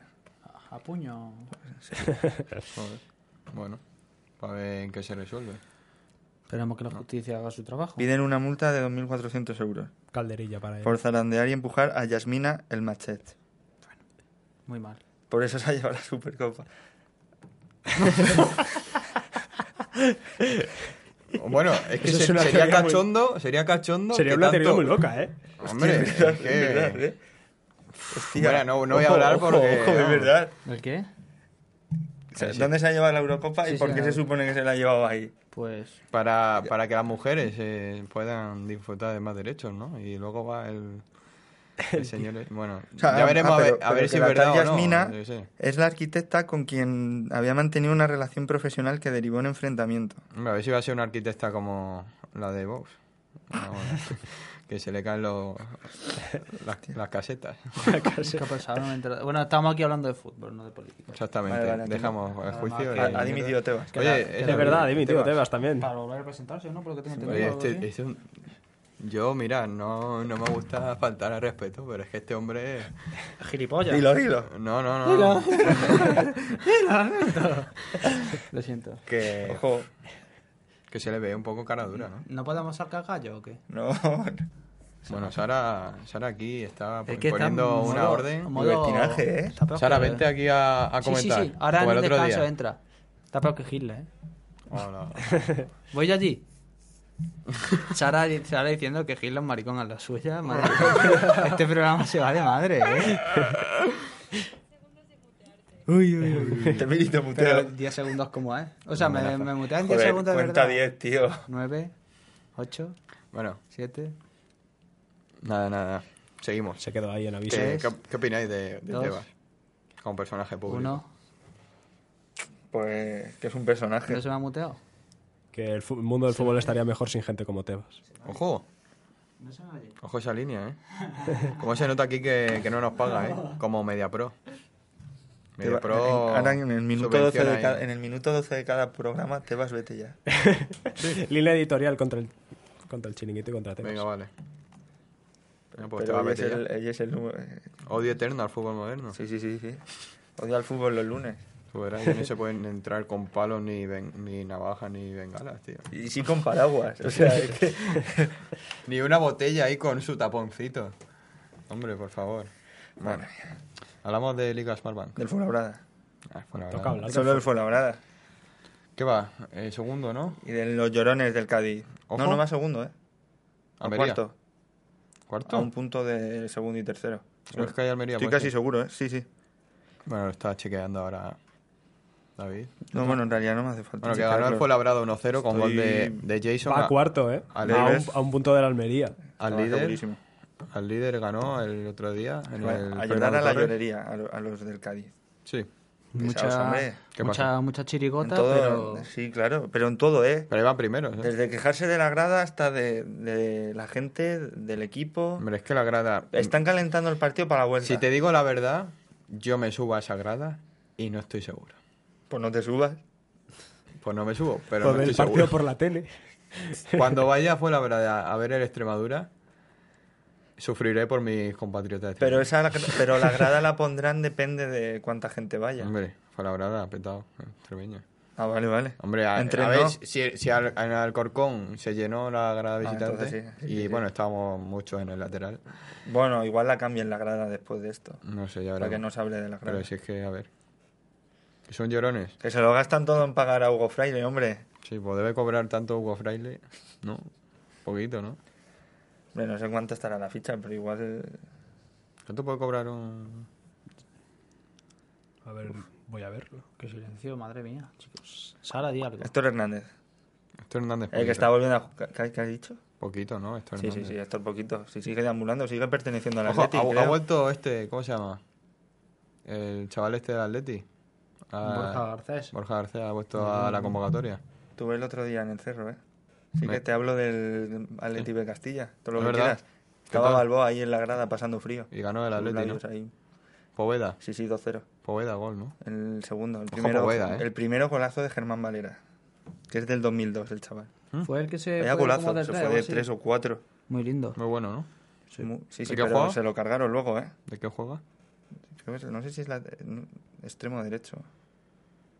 Speaker 6: A puño.
Speaker 5: Joder. Bueno, para ver en qué se resuelve.
Speaker 6: Esperemos que la justicia haga su trabajo.
Speaker 7: Piden una multa de 2.400 euros
Speaker 9: Calderilla para él.
Speaker 7: por zarandear y empujar a Yasmina el Machet.
Speaker 6: Muy mal.
Speaker 7: Por eso se ha llevado la Supercopa.
Speaker 5: Bueno, es que
Speaker 9: Eso es
Speaker 5: se-
Speaker 9: una
Speaker 5: sería
Speaker 9: teoría muy-
Speaker 5: cachondo, sería cachondo...
Speaker 9: Sería
Speaker 5: que
Speaker 9: una teoría
Speaker 5: tanto-
Speaker 9: muy loca, ¿eh?
Speaker 5: Hombre,
Speaker 7: Es
Speaker 5: *laughs*
Speaker 7: verdad,
Speaker 5: es que-
Speaker 7: es verdad, ¿eh? Hostia.
Speaker 5: Bueno, no- no voy a
Speaker 7: Ojo,
Speaker 5: hablar
Speaker 7: ojo,
Speaker 5: porque,
Speaker 7: Ojo, es
Speaker 5: vamos.
Speaker 7: verdad.
Speaker 6: ¿El qué?
Speaker 7: O sea, ¿Dónde se ha llevado la Eurocopa
Speaker 6: Sí,
Speaker 7: y
Speaker 6: sí,
Speaker 7: por qué
Speaker 6: la-
Speaker 7: se supone que se la ha llevado ahí?
Speaker 5: *laughs*
Speaker 6: Pues
Speaker 5: Para, para que las mujeres eh, puedan disfrutar de más derechos, ¿no? Y luego va el, el señor... Bueno,
Speaker 7: O sea,
Speaker 5: ya veremos
Speaker 7: ah,
Speaker 5: a ver,
Speaker 7: pero-
Speaker 5: a ver
Speaker 7: pero
Speaker 5: si
Speaker 7: que
Speaker 5: es
Speaker 7: la
Speaker 5: verdad
Speaker 7: tal
Speaker 5: o no.
Speaker 7: Yasmina
Speaker 5: yo sé.
Speaker 7: es la arquitecta con quien había mantenido una relación profesional que derivó en enfrentamiento.
Speaker 5: Hombre, a ver si va a ser una arquitecta como la de Vox. No, bueno. *laughs* que se le caen los, las, las casetas.
Speaker 6: ¿Qué ha pasado? No me he enterado. Bueno, estamos aquí hablando de fútbol, no de política.
Speaker 5: Exactamente.
Speaker 7: Vale, vale, entiendo.
Speaker 5: Dejamos el juicio.
Speaker 7: Ha,
Speaker 5: y-
Speaker 7: ha dimitido Tebas.
Speaker 5: Oye,
Speaker 9: De verdad, dimitido Tebas también.
Speaker 6: Para volver a presentarse, ¿no? Por lo que tengo
Speaker 5: Oye,
Speaker 6: entendido.
Speaker 5: este, este es un- Yo, mira, no, no me gusta faltar al respeto, pero es que este hombre...
Speaker 6: Gilipollas.
Speaker 7: Dilo, dilo.
Speaker 5: No, no, no.
Speaker 6: Lo siento.
Speaker 5: Que,
Speaker 7: Ojo.
Speaker 5: que se le ve un poco cara dura, ¿no?
Speaker 6: ¿No podemos sacar gallo o qué?
Speaker 7: No. *laughs*
Speaker 5: Bueno, Sara, Sara aquí está
Speaker 6: Es que está
Speaker 5: Pues poniendo
Speaker 6: en
Speaker 5: una
Speaker 6: modo-
Speaker 5: orden.
Speaker 6: modo-
Speaker 7: libertinaje, ¿eh?
Speaker 6: Está peor
Speaker 5: Sara,
Speaker 6: que-
Speaker 5: vente aquí a, a
Speaker 6: Sí, sí,
Speaker 5: comentar.
Speaker 6: sí. Ahora en
Speaker 5: como
Speaker 6: el
Speaker 5: el otro
Speaker 6: descanso
Speaker 5: día.
Speaker 6: entra. Está peor que Hitler, ¿eh?
Speaker 5: Oh, no.
Speaker 6: Voy yo allí. *laughs* Sara, Sara diciendo que Hitler es un maricón a la *laughs* suya. madre. este programa se va de madre, ¿eh? Uy, uy, uy.
Speaker 7: Te milito
Speaker 6: Pero
Speaker 7: muteo.
Speaker 6: 10 segundos como es. O sea, me, me mutean 10
Speaker 7: Joder,
Speaker 6: segundos de
Speaker 7: cuenta
Speaker 6: verdad.
Speaker 7: 10, tío.
Speaker 6: 9, 8,
Speaker 5: Bueno,
Speaker 6: 7,
Speaker 5: nada, nada. Seguimos.
Speaker 9: Se quedó ahí en aviso.
Speaker 5: ¿Qué,
Speaker 6: Tres,
Speaker 5: qué, qué opináis de, de
Speaker 6: dos,
Speaker 5: Tebas? Como personaje público.
Speaker 6: 1.
Speaker 7: Pues que es un personaje.
Speaker 6: ¿No se me ha muteado?
Speaker 9: Que el fu- mundo del fútbol estaría mejor sin gente como Tebas.
Speaker 5: Ojo. Ojo esa línea, ¿eh? *laughs* Como se nota aquí que, que no nos paga, ¿eh? Como Media Pro. Media
Speaker 7: Tebas-
Speaker 5: Pro.
Speaker 7: en- ahora en el, minuto 12
Speaker 5: subvenciona
Speaker 7: de
Speaker 5: ahí.
Speaker 7: cada, en el minuto 12 de cada programa, Tebas, vete ya.
Speaker 9: Línea editorial contra el, contra el chiringuito y contra Tebas.
Speaker 5: Venga, vale. Bueno, pues
Speaker 7: este Pero
Speaker 5: Tebas,
Speaker 7: hoy es,
Speaker 5: vete
Speaker 7: el,
Speaker 5: ya.
Speaker 7: hoy es el número- eh,
Speaker 5: Odio eterno al fútbol moderno.
Speaker 7: Sí, sí, sí, sí. Odio al fútbol los lunes.
Speaker 5: Tú verás, ahí no se
Speaker 7: *laughs*
Speaker 5: pueden entrar con palos, ni, ven- ni navajas, ni bengalas, tío.
Speaker 7: Y sí con
Speaker 5: *laughs*
Speaker 7: paraguas. O sea, es que... *laughs*
Speaker 5: Ni una botella ahí con su taponcito. Hombre, por favor. Bueno, hablamos de Liga Smartbank.
Speaker 7: Del Fuenlabrada.
Speaker 5: Ah, fue la
Speaker 9: Toca
Speaker 5: verdad.
Speaker 9: hablar.
Speaker 7: Solo del Fuenlabrada.
Speaker 5: ¿Qué va? Eh, segundo, ¿no?
Speaker 7: Y de los llorones del Cádiz.
Speaker 5: Ojo.
Speaker 7: No, no va segundo, ¿eh? A
Speaker 5: Almería.
Speaker 7: cuarto. Ah,
Speaker 5: ¿Cuarto?
Speaker 7: A un punto de segundo y tercero.
Speaker 5: No es que hay Almería.
Speaker 7: Estoy
Speaker 5: pues,
Speaker 7: casi
Speaker 5: sí.
Speaker 7: seguro, ¿eh? Sí, sí.
Speaker 5: Bueno, lo está chequeando ahora David.
Speaker 7: No, bueno, en realidad no me hace falta.
Speaker 5: Bueno, que
Speaker 7: chequearlo.
Speaker 5: ganó el Fuenlabrada 1-0 con
Speaker 7: Estoy-
Speaker 5: gol de, de Jason.
Speaker 9: Va
Speaker 5: a-
Speaker 9: cuarto, ¿eh? A
Speaker 5: al
Speaker 9: un,
Speaker 5: líder,
Speaker 9: a un punto de la Almería.
Speaker 5: al,
Speaker 7: Estaba
Speaker 5: líder,
Speaker 7: segurísimo.
Speaker 5: al líder ganó el otro día. En
Speaker 7: Va
Speaker 5: el
Speaker 7: a llorar
Speaker 5: Fernando
Speaker 7: a la
Speaker 5: Torres.
Speaker 7: llorería, a, lo- a los del Cádiz.
Speaker 5: Sí.
Speaker 7: Pesados, hombre.
Speaker 5: ¿Qué
Speaker 6: mucha,
Speaker 5: pasa?
Speaker 6: mucha
Speaker 7: En
Speaker 6: chirigota,
Speaker 7: todo,
Speaker 6: pero...
Speaker 7: Sí, claro, pero en todo, ¿eh?
Speaker 5: Pero iban primeros. ¿eh?
Speaker 7: Desde quejarse de la grada hasta de, de la gente, del equipo.
Speaker 5: Hombre, es que la grada.
Speaker 7: Están calentando el partido para la vuelta.
Speaker 5: Si te digo la verdad, yo me subo a esa grada y no estoy seguro.
Speaker 7: Pues no te subas.
Speaker 5: Pues no me subo, pero
Speaker 9: Por
Speaker 5: no
Speaker 9: el
Speaker 5: estoy
Speaker 9: partido
Speaker 5: seguro.
Speaker 9: por la tele.
Speaker 5: *laughs* Cuando vaya fue la verdad a ver el Extremadura, sufriré por mis compatriotas.
Speaker 7: Pero, esa, pero la grada la pondrán depende de cuánta gente vaya.
Speaker 5: Hombre, fue la verdad, petado, eh, Extremeño.
Speaker 7: Ah, vale, vale.
Speaker 5: Hombre, a,
Speaker 7: Entre
Speaker 5: a
Speaker 7: no.
Speaker 5: ver si, si al- en Alcorcón se llenó la grada visitante
Speaker 7: Ah, entonces sí, sí,
Speaker 5: y
Speaker 7: sí, sí.
Speaker 5: bueno, estábamos muchos en el lateral.
Speaker 7: Bueno, igual la cambien la grada después de esto.
Speaker 5: No sé, ya
Speaker 7: Para que
Speaker 5: veremos.
Speaker 7: no se hable de la grada.
Speaker 5: Mm, Pero si es que, a ver. ¿Son llorones?
Speaker 7: Que se lo gastan todo en pagar a Hugo Fraile, hombre.
Speaker 5: Sí, pues debe cobrar tanto Hugo Fraile, ¿no? Poquito, ¿no?
Speaker 7: Hombre, no sé cuánto estará la ficha, pero igual. eh,
Speaker 5: ¿Cuánto puede cobrar un...?
Speaker 9: A ver, voy a verlo.
Speaker 6: Qué silencio, madre mía, chicos. Sara, di algo.
Speaker 7: Héctor Hernández.
Speaker 5: Héctor Hernández.
Speaker 7: El que
Speaker 5: poquito.
Speaker 7: está volviendo a jugar. ¿Qué, qué has dicho?
Speaker 5: Poquito, ¿no? Héctor
Speaker 7: Sí, sí,
Speaker 5: Hernández.
Speaker 7: sí, Héctor Poquito. Si sigue deambulando, sigue perteneciendo al
Speaker 5: eh. Ojo,
Speaker 7: Atleti.
Speaker 5: ha- ha,
Speaker 7: creo.
Speaker 5: vuelto este, ¿cómo se llama? El chaval este del Atleti. Ah,
Speaker 6: Borja Garcés.
Speaker 5: Borja García ha
Speaker 7: Mm.
Speaker 5: vuelto a la convocatoria.
Speaker 7: Tuve el otro día en el cerro, ¿eh? Sí
Speaker 5: Me-
Speaker 7: que te hablo del Atleti de Castilla, todo lo
Speaker 5: Es
Speaker 7: que
Speaker 5: verdad.
Speaker 7: quieras.
Speaker 5: ¿Qué
Speaker 7: Estaba
Speaker 5: tal?
Speaker 7: Balboa ahí en la grada pasando frío.
Speaker 5: Y ganó el Atleti, ¿no?
Speaker 7: Labios ahí.
Speaker 5: Poveda.
Speaker 7: Sí, sí, 2-0.
Speaker 5: Poveda, gol, ¿no?
Speaker 7: El segundo, el primero,
Speaker 5: Poveda, ¿eh?
Speaker 7: el primero golazo de Germán Valera, que es del 2002 el chaval.
Speaker 6: Fue el que se
Speaker 7: ¿Mm? Vaya
Speaker 6: Eh, fue
Speaker 7: golazo,
Speaker 6: como de
Speaker 7: se
Speaker 6: tres
Speaker 7: fue
Speaker 6: o
Speaker 7: de
Speaker 6: así.
Speaker 7: 3 o 4.
Speaker 6: Muy lindo.
Speaker 5: Muy bueno, ¿no?
Speaker 7: Sí, Mu- sí,
Speaker 5: ¿De
Speaker 7: sí
Speaker 5: qué
Speaker 7: pero
Speaker 5: juega?
Speaker 7: se lo cargaron luego, ¿eh?
Speaker 5: ¿De qué juega?
Speaker 7: Creo que- no sé si es la, eh, no, extremo derecho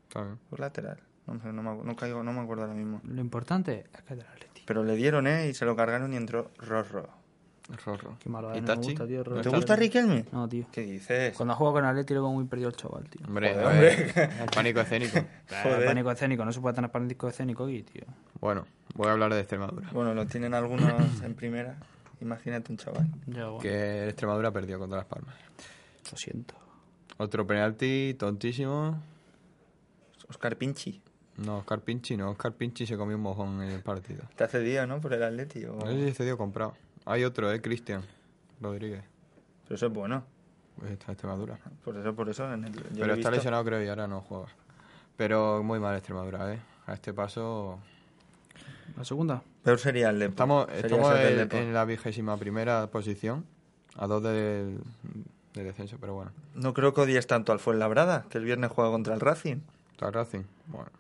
Speaker 5: Está bien.
Speaker 7: o lateral. No, sé, no, me, acu- no caigo, no me acuerdo ahora mismo.
Speaker 6: Lo importante es que es del Atleti.
Speaker 7: Pero le dieron, ¿eh? Y se lo cargaron y entró Rorro.
Speaker 5: Rorro.
Speaker 6: Qué malo, eh, no me
Speaker 5: Itachi.
Speaker 6: gusta, tío, Rorro.
Speaker 7: ¿Te
Speaker 6: Está
Speaker 7: gusta
Speaker 6: bien.
Speaker 7: Riquelme?
Speaker 6: No, tío.
Speaker 7: ¿Qué dices?
Speaker 6: Cuando juego con el Atleti lo veo muy perdido el chaval, tío.
Speaker 5: Hombre,
Speaker 7: Joder,
Speaker 5: a ver, *laughs* pánico escénico.
Speaker 7: Joder.
Speaker 6: Eh, Pánico escénico, no se puede tener pánico escénico aquí, tío.
Speaker 5: Bueno, voy a hablar de Extremadura.
Speaker 7: Bueno, lo tienen algunos en primera. Imagínate un chaval.
Speaker 6: Ya, bueno,
Speaker 5: Que el Extremadura perdió contra Las Palmas.
Speaker 6: lo siento.
Speaker 5: Otro penalti tontísimo.
Speaker 7: Oscar Pinchi.
Speaker 5: No, Oscar Pinchi no. Oscar Pinchi se comió un mojón en el partido.
Speaker 7: Te ha cedido, ¿no? Por el Atleti. o-
Speaker 5: No sé si se dio comprado. Hay otro, ¿eh? Cristian Rodríguez.
Speaker 7: Pero eso es bueno.
Speaker 5: Pues Está Extremadura.
Speaker 7: Por eso, por eso. en el- yo
Speaker 5: Pero
Speaker 7: lo he
Speaker 5: está
Speaker 7: visto.
Speaker 5: lesionado, creo, y ahora no juega. Pero muy mal Extremadura, ¿eh? A este paso,
Speaker 6: La segunda.
Speaker 7: Peor sería el de
Speaker 5: Estamos,
Speaker 7: sería
Speaker 5: estamos
Speaker 7: ser del
Speaker 5: en,
Speaker 7: Depor.
Speaker 5: en la vigésima primera posición, a dos del, del descenso, pero bueno.
Speaker 7: No creo que odies tanto al Fuenlabrada, que el viernes juega contra el Racing.
Speaker 5: Está el Racing. Bueno,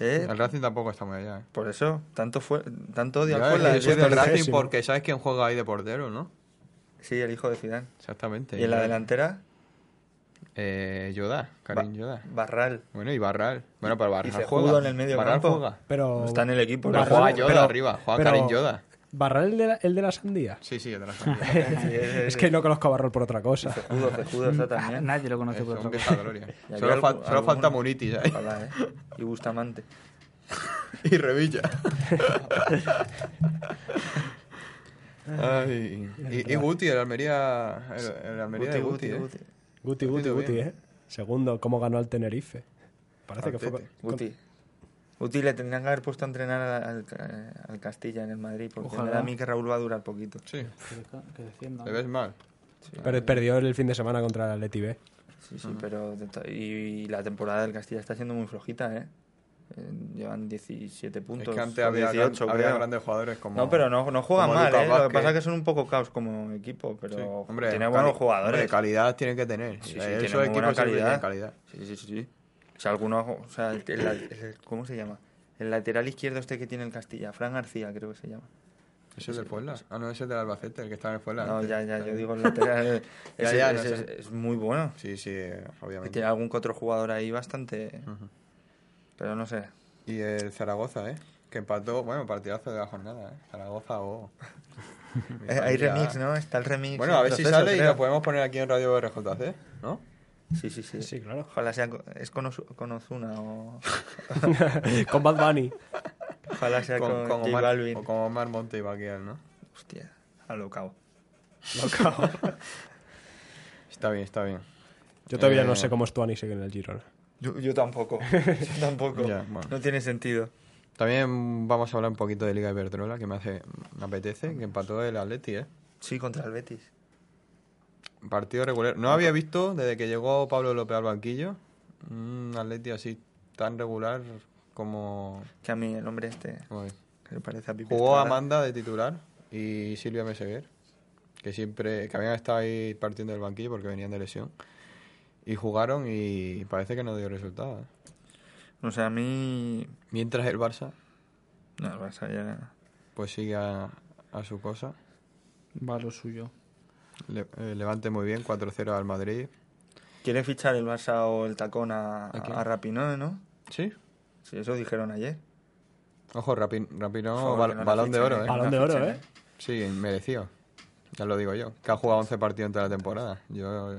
Speaker 7: ¿eh?
Speaker 5: el Racing tampoco está muy allá. ¿eh?
Speaker 7: Por eso, tanto, fue, tanto odio
Speaker 5: Ya,
Speaker 7: al Fuenla.
Speaker 5: yo
Speaker 7: el hijo
Speaker 5: soy
Speaker 7: de
Speaker 5: del Racing
Speaker 9: vigésimo.
Speaker 5: porque sabes quién juega ahí de portero, ¿no?
Speaker 7: Sí, el hijo de Zidane.
Speaker 5: Exactamente.
Speaker 7: Y en la delantera,
Speaker 5: Eh, Yoda, Karim
Speaker 7: Ba-
Speaker 5: Yoda.
Speaker 7: Barral.
Speaker 5: Bueno, y Barral. Bueno, pero Barral
Speaker 7: y Cejudo
Speaker 5: juega.
Speaker 7: en el medio
Speaker 5: Barral
Speaker 7: campo.
Speaker 5: juega.
Speaker 9: Pero
Speaker 7: No está en el equipo,
Speaker 5: Pero
Speaker 7: Barral-
Speaker 5: juega Yoda arriba, juega
Speaker 9: pero-
Speaker 5: Karim Yoda.
Speaker 9: ¿Barral el de la, el de la sandía?
Speaker 5: Sí, sí, yo
Speaker 7: *laughs*
Speaker 5: te la sabía.
Speaker 7: Sí, ese-
Speaker 9: Es que no conozco a Barral por otra cosa.
Speaker 7: Cejudo, Cejudo está también.
Speaker 6: Eh, Nadie lo conoce
Speaker 5: Eso,
Speaker 6: por
Speaker 5: un
Speaker 6: otro.
Speaker 5: vieja
Speaker 7: *laughs*
Speaker 5: gloria.
Speaker 7: Y había
Speaker 5: Solo, fa-
Speaker 7: algu-
Speaker 5: solo falta
Speaker 7: alguno.
Speaker 5: Munitis ahí.
Speaker 7: Ojalá, ¿eh? Y Bustamante.
Speaker 5: y Revilla. Ay, y, y Guti, el Almería. El, el Almería de Guti. ¿eh?
Speaker 7: Guti.
Speaker 9: Guti, Guti,
Speaker 5: Partido
Speaker 9: Guti,
Speaker 5: bien.
Speaker 9: ¿eh? Segundo, ¿cómo ganó al Tenerife? Parece que fue...
Speaker 5: Arteta.
Speaker 9: con- con-
Speaker 7: Guti. Guti le tendrían que haber puesto a entrenar al, al- al Castilla en el Madrid, porque me da a mí que Raúl va a durar poquito.
Speaker 5: Sí,
Speaker 6: Que defienda.
Speaker 5: te ves mal.
Speaker 9: Pero perdió el fin de semana contra el Atleti B.
Speaker 7: Sí, sí, pero de to- y, y la temporada del Castilla está siendo muy flojita, ¿eh? Eh, Llevan 17 puntos.
Speaker 5: es que antes
Speaker 7: o
Speaker 5: había, gran-
Speaker 7: 18,
Speaker 5: había
Speaker 7: creo.
Speaker 5: grandes jugadores como.
Speaker 7: No, pero no, no juegan
Speaker 5: como
Speaker 7: mal,
Speaker 5: Lucas
Speaker 7: ¿eh? Lo que
Speaker 5: Vázquez.
Speaker 7: pasa es que son un poco caos como equipo, pero
Speaker 5: Sí, hombre,
Speaker 7: tiene
Speaker 5: cali-
Speaker 7: buenos jugadores.
Speaker 5: hombre, calidad tienen que tener.
Speaker 7: Sí, sí,
Speaker 5: Esos
Speaker 7: tiene muy buena
Speaker 5: equipos siempre
Speaker 7: calidad.
Speaker 5: tienen calidad.
Speaker 7: Sí, sí, sí, sí. O sea, algunos, o sea, el- el- el- ¿cómo se llama? El lateral izquierdo este que tiene el Castilla, Fran García creo que se llama.
Speaker 5: Ese es del Puebla. Ah, no, ese es del Albacete, el que está en el Puebla.
Speaker 7: No,
Speaker 5: antes.
Speaker 7: ya, ya, yo digo
Speaker 5: *laughs*
Speaker 7: el lateral.
Speaker 5: Ya,
Speaker 7: ese-
Speaker 5: ya, no
Speaker 7: ese
Speaker 5: sé.
Speaker 7: es, es muy bueno.
Speaker 5: Sí, sí, eh,
Speaker 7: Y
Speaker 5: obviamente.
Speaker 7: tiene algún que otro jugador ahí bastante... Pero no sé.
Speaker 5: Y el Zaragoza, ¿eh? Que empató, bueno, partidazo de la jornada, ¿eh? Zaragoza *laughs* o.
Speaker 7: Eh, hay remix, ¿no? Está el remix.
Speaker 5: Bueno,
Speaker 7: en
Speaker 5: a ver si
Speaker 7: proceso,
Speaker 5: sale y
Speaker 7: creo.
Speaker 5: lo podemos poner aquí en Radio RJC, ¿no?
Speaker 7: Sí, sí, sí.
Speaker 9: Sí, claro.
Speaker 7: Ojalá sea... co- Es con, Osu- con Ozuna o...
Speaker 9: *laughs* con Bad Bunny.
Speaker 7: Ojalá sea con,
Speaker 5: Con, con
Speaker 7: J
Speaker 5: Omar,
Speaker 7: Balvin.
Speaker 5: o con Omar Monte y Baquial, ¿no?
Speaker 7: Hostia, a lo cabo.
Speaker 5: Está bien, está bien.
Speaker 9: Yo todavía
Speaker 5: Eh.
Speaker 9: no sé cómo es Tuani sigue en el Girona.
Speaker 7: Yo, yo
Speaker 9: *laughs*
Speaker 7: tampoco. Yo tampoco.
Speaker 5: Ya, bueno.
Speaker 7: No tiene sentido.
Speaker 5: También vamos a hablar un poquito de Liga Iberdrola, que me hace me apetece, que empató el Atleti, ¿eh?
Speaker 7: Sí, contra el Betis.
Speaker 5: Partido regular. No había visto desde que llegó Pablo López al banquillo un Atleti así tan regular como...
Speaker 7: Que a mí el hombre este,
Speaker 5: como-
Speaker 7: que le parece a Pipi
Speaker 5: Jugó
Speaker 7: Estrada.
Speaker 5: Amanda de titular y Silvia Meseguer, que siempre que habían estado ahí partiendo del banquillo porque venían de lesión. Y jugaron y parece que no dio resultado. ¿eh?
Speaker 7: O sea, a mí...
Speaker 5: Mientras el Barça
Speaker 7: No, el Barça ya...
Speaker 5: pues sigue a, a su cosa.
Speaker 6: Va lo suyo.
Speaker 5: Le- eh, levante muy bien, 4-0 al Madrid.
Speaker 7: Quiere fichar el Barça o el tacón a,
Speaker 5: ¿A quién?
Speaker 7: a Rapinoe, ¿no?
Speaker 5: Sí.
Speaker 7: Sí, eso dijeron ayer.
Speaker 5: Ojo, Rapin, Rapino,
Speaker 7: Por favor,
Speaker 5: bal-
Speaker 7: que no le
Speaker 5: balón de
Speaker 7: fichen,
Speaker 5: oro,
Speaker 7: eh.
Speaker 5: ¿eh?
Speaker 9: Balón de
Speaker 7: Una
Speaker 9: oro,
Speaker 7: ficha,
Speaker 9: ¿eh?
Speaker 5: Sí, merecido. Ya lo digo yo. Que ha jugado 11 partidos en toda la temporada. Yo.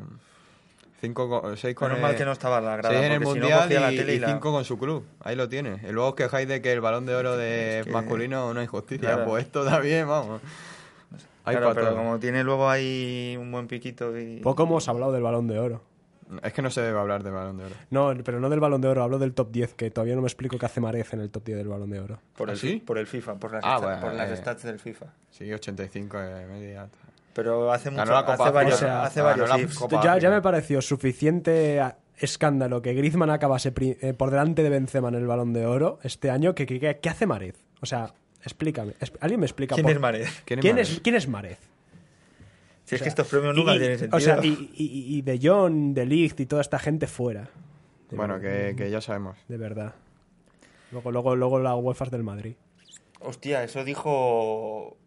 Speaker 5: 5 6 con
Speaker 7: Menos
Speaker 5: el-
Speaker 7: mal que no estaba la grada,
Speaker 5: seis en el
Speaker 7: porque si no
Speaker 5: mundial
Speaker 7: cogía la
Speaker 5: y,
Speaker 7: tele y la-
Speaker 5: 5 con su club. Ahí lo tiene. Y luego os quejáis de que el balón de oro de
Speaker 7: que-
Speaker 5: masculino no es justicia.
Speaker 7: Claro.
Speaker 5: Pues esto también, vamos. Hay
Speaker 7: claro,
Speaker 5: para
Speaker 7: pero
Speaker 5: todo.
Speaker 7: como tiene luego ahí un buen piquito y...
Speaker 9: Poco hemos hablado del Balón de Oro.
Speaker 5: Es que no se debe hablar de balón de oro.
Speaker 9: No, pero no del Balón de Oro, hablo del top 10, que todavía no me explico qué hace Marez en el top 10 del Balón de Oro.
Speaker 7: Por
Speaker 5: ¿Ah,
Speaker 7: el,
Speaker 5: sí?
Speaker 7: por el FIFA, por las,
Speaker 5: Ah,
Speaker 7: sta-
Speaker 5: bueno,
Speaker 7: por las
Speaker 5: eh.
Speaker 7: stats del FIFA.
Speaker 5: Sí, 85 de media.
Speaker 7: Pero hace mucho,
Speaker 5: Ganó la Copa
Speaker 7: hace varios, eh,
Speaker 5: África.
Speaker 7: hace
Speaker 5: Ganó
Speaker 7: varios
Speaker 5: la
Speaker 7: ifs.
Speaker 5: Copa
Speaker 9: ya, ya
Speaker 5: África.
Speaker 9: me pareció suficiente a- escándalo que Griezmann acabase pri- eh, por delante de Benzema en el Balón de Oro este año. ¿Qué que, que- qué hace Marez? O sea, explícame. Es- ¿Alguien me explica?
Speaker 7: ¿Quién
Speaker 9: por-
Speaker 7: es Marez?
Speaker 5: ¿Quién es
Speaker 9: ¿Quién
Speaker 5: Marez?
Speaker 9: es, quién es Marez?
Speaker 7: Si es que estos premios nunca tienen sentido.
Speaker 9: o sea, y, y- y De Jong, De Ligt y toda esta gente fuera. De-
Speaker 5: Bueno, que, que ya sabemos.
Speaker 9: De verdad. Luego, luego, luego la UEFA del Madrid.
Speaker 7: Hostia, eso dijo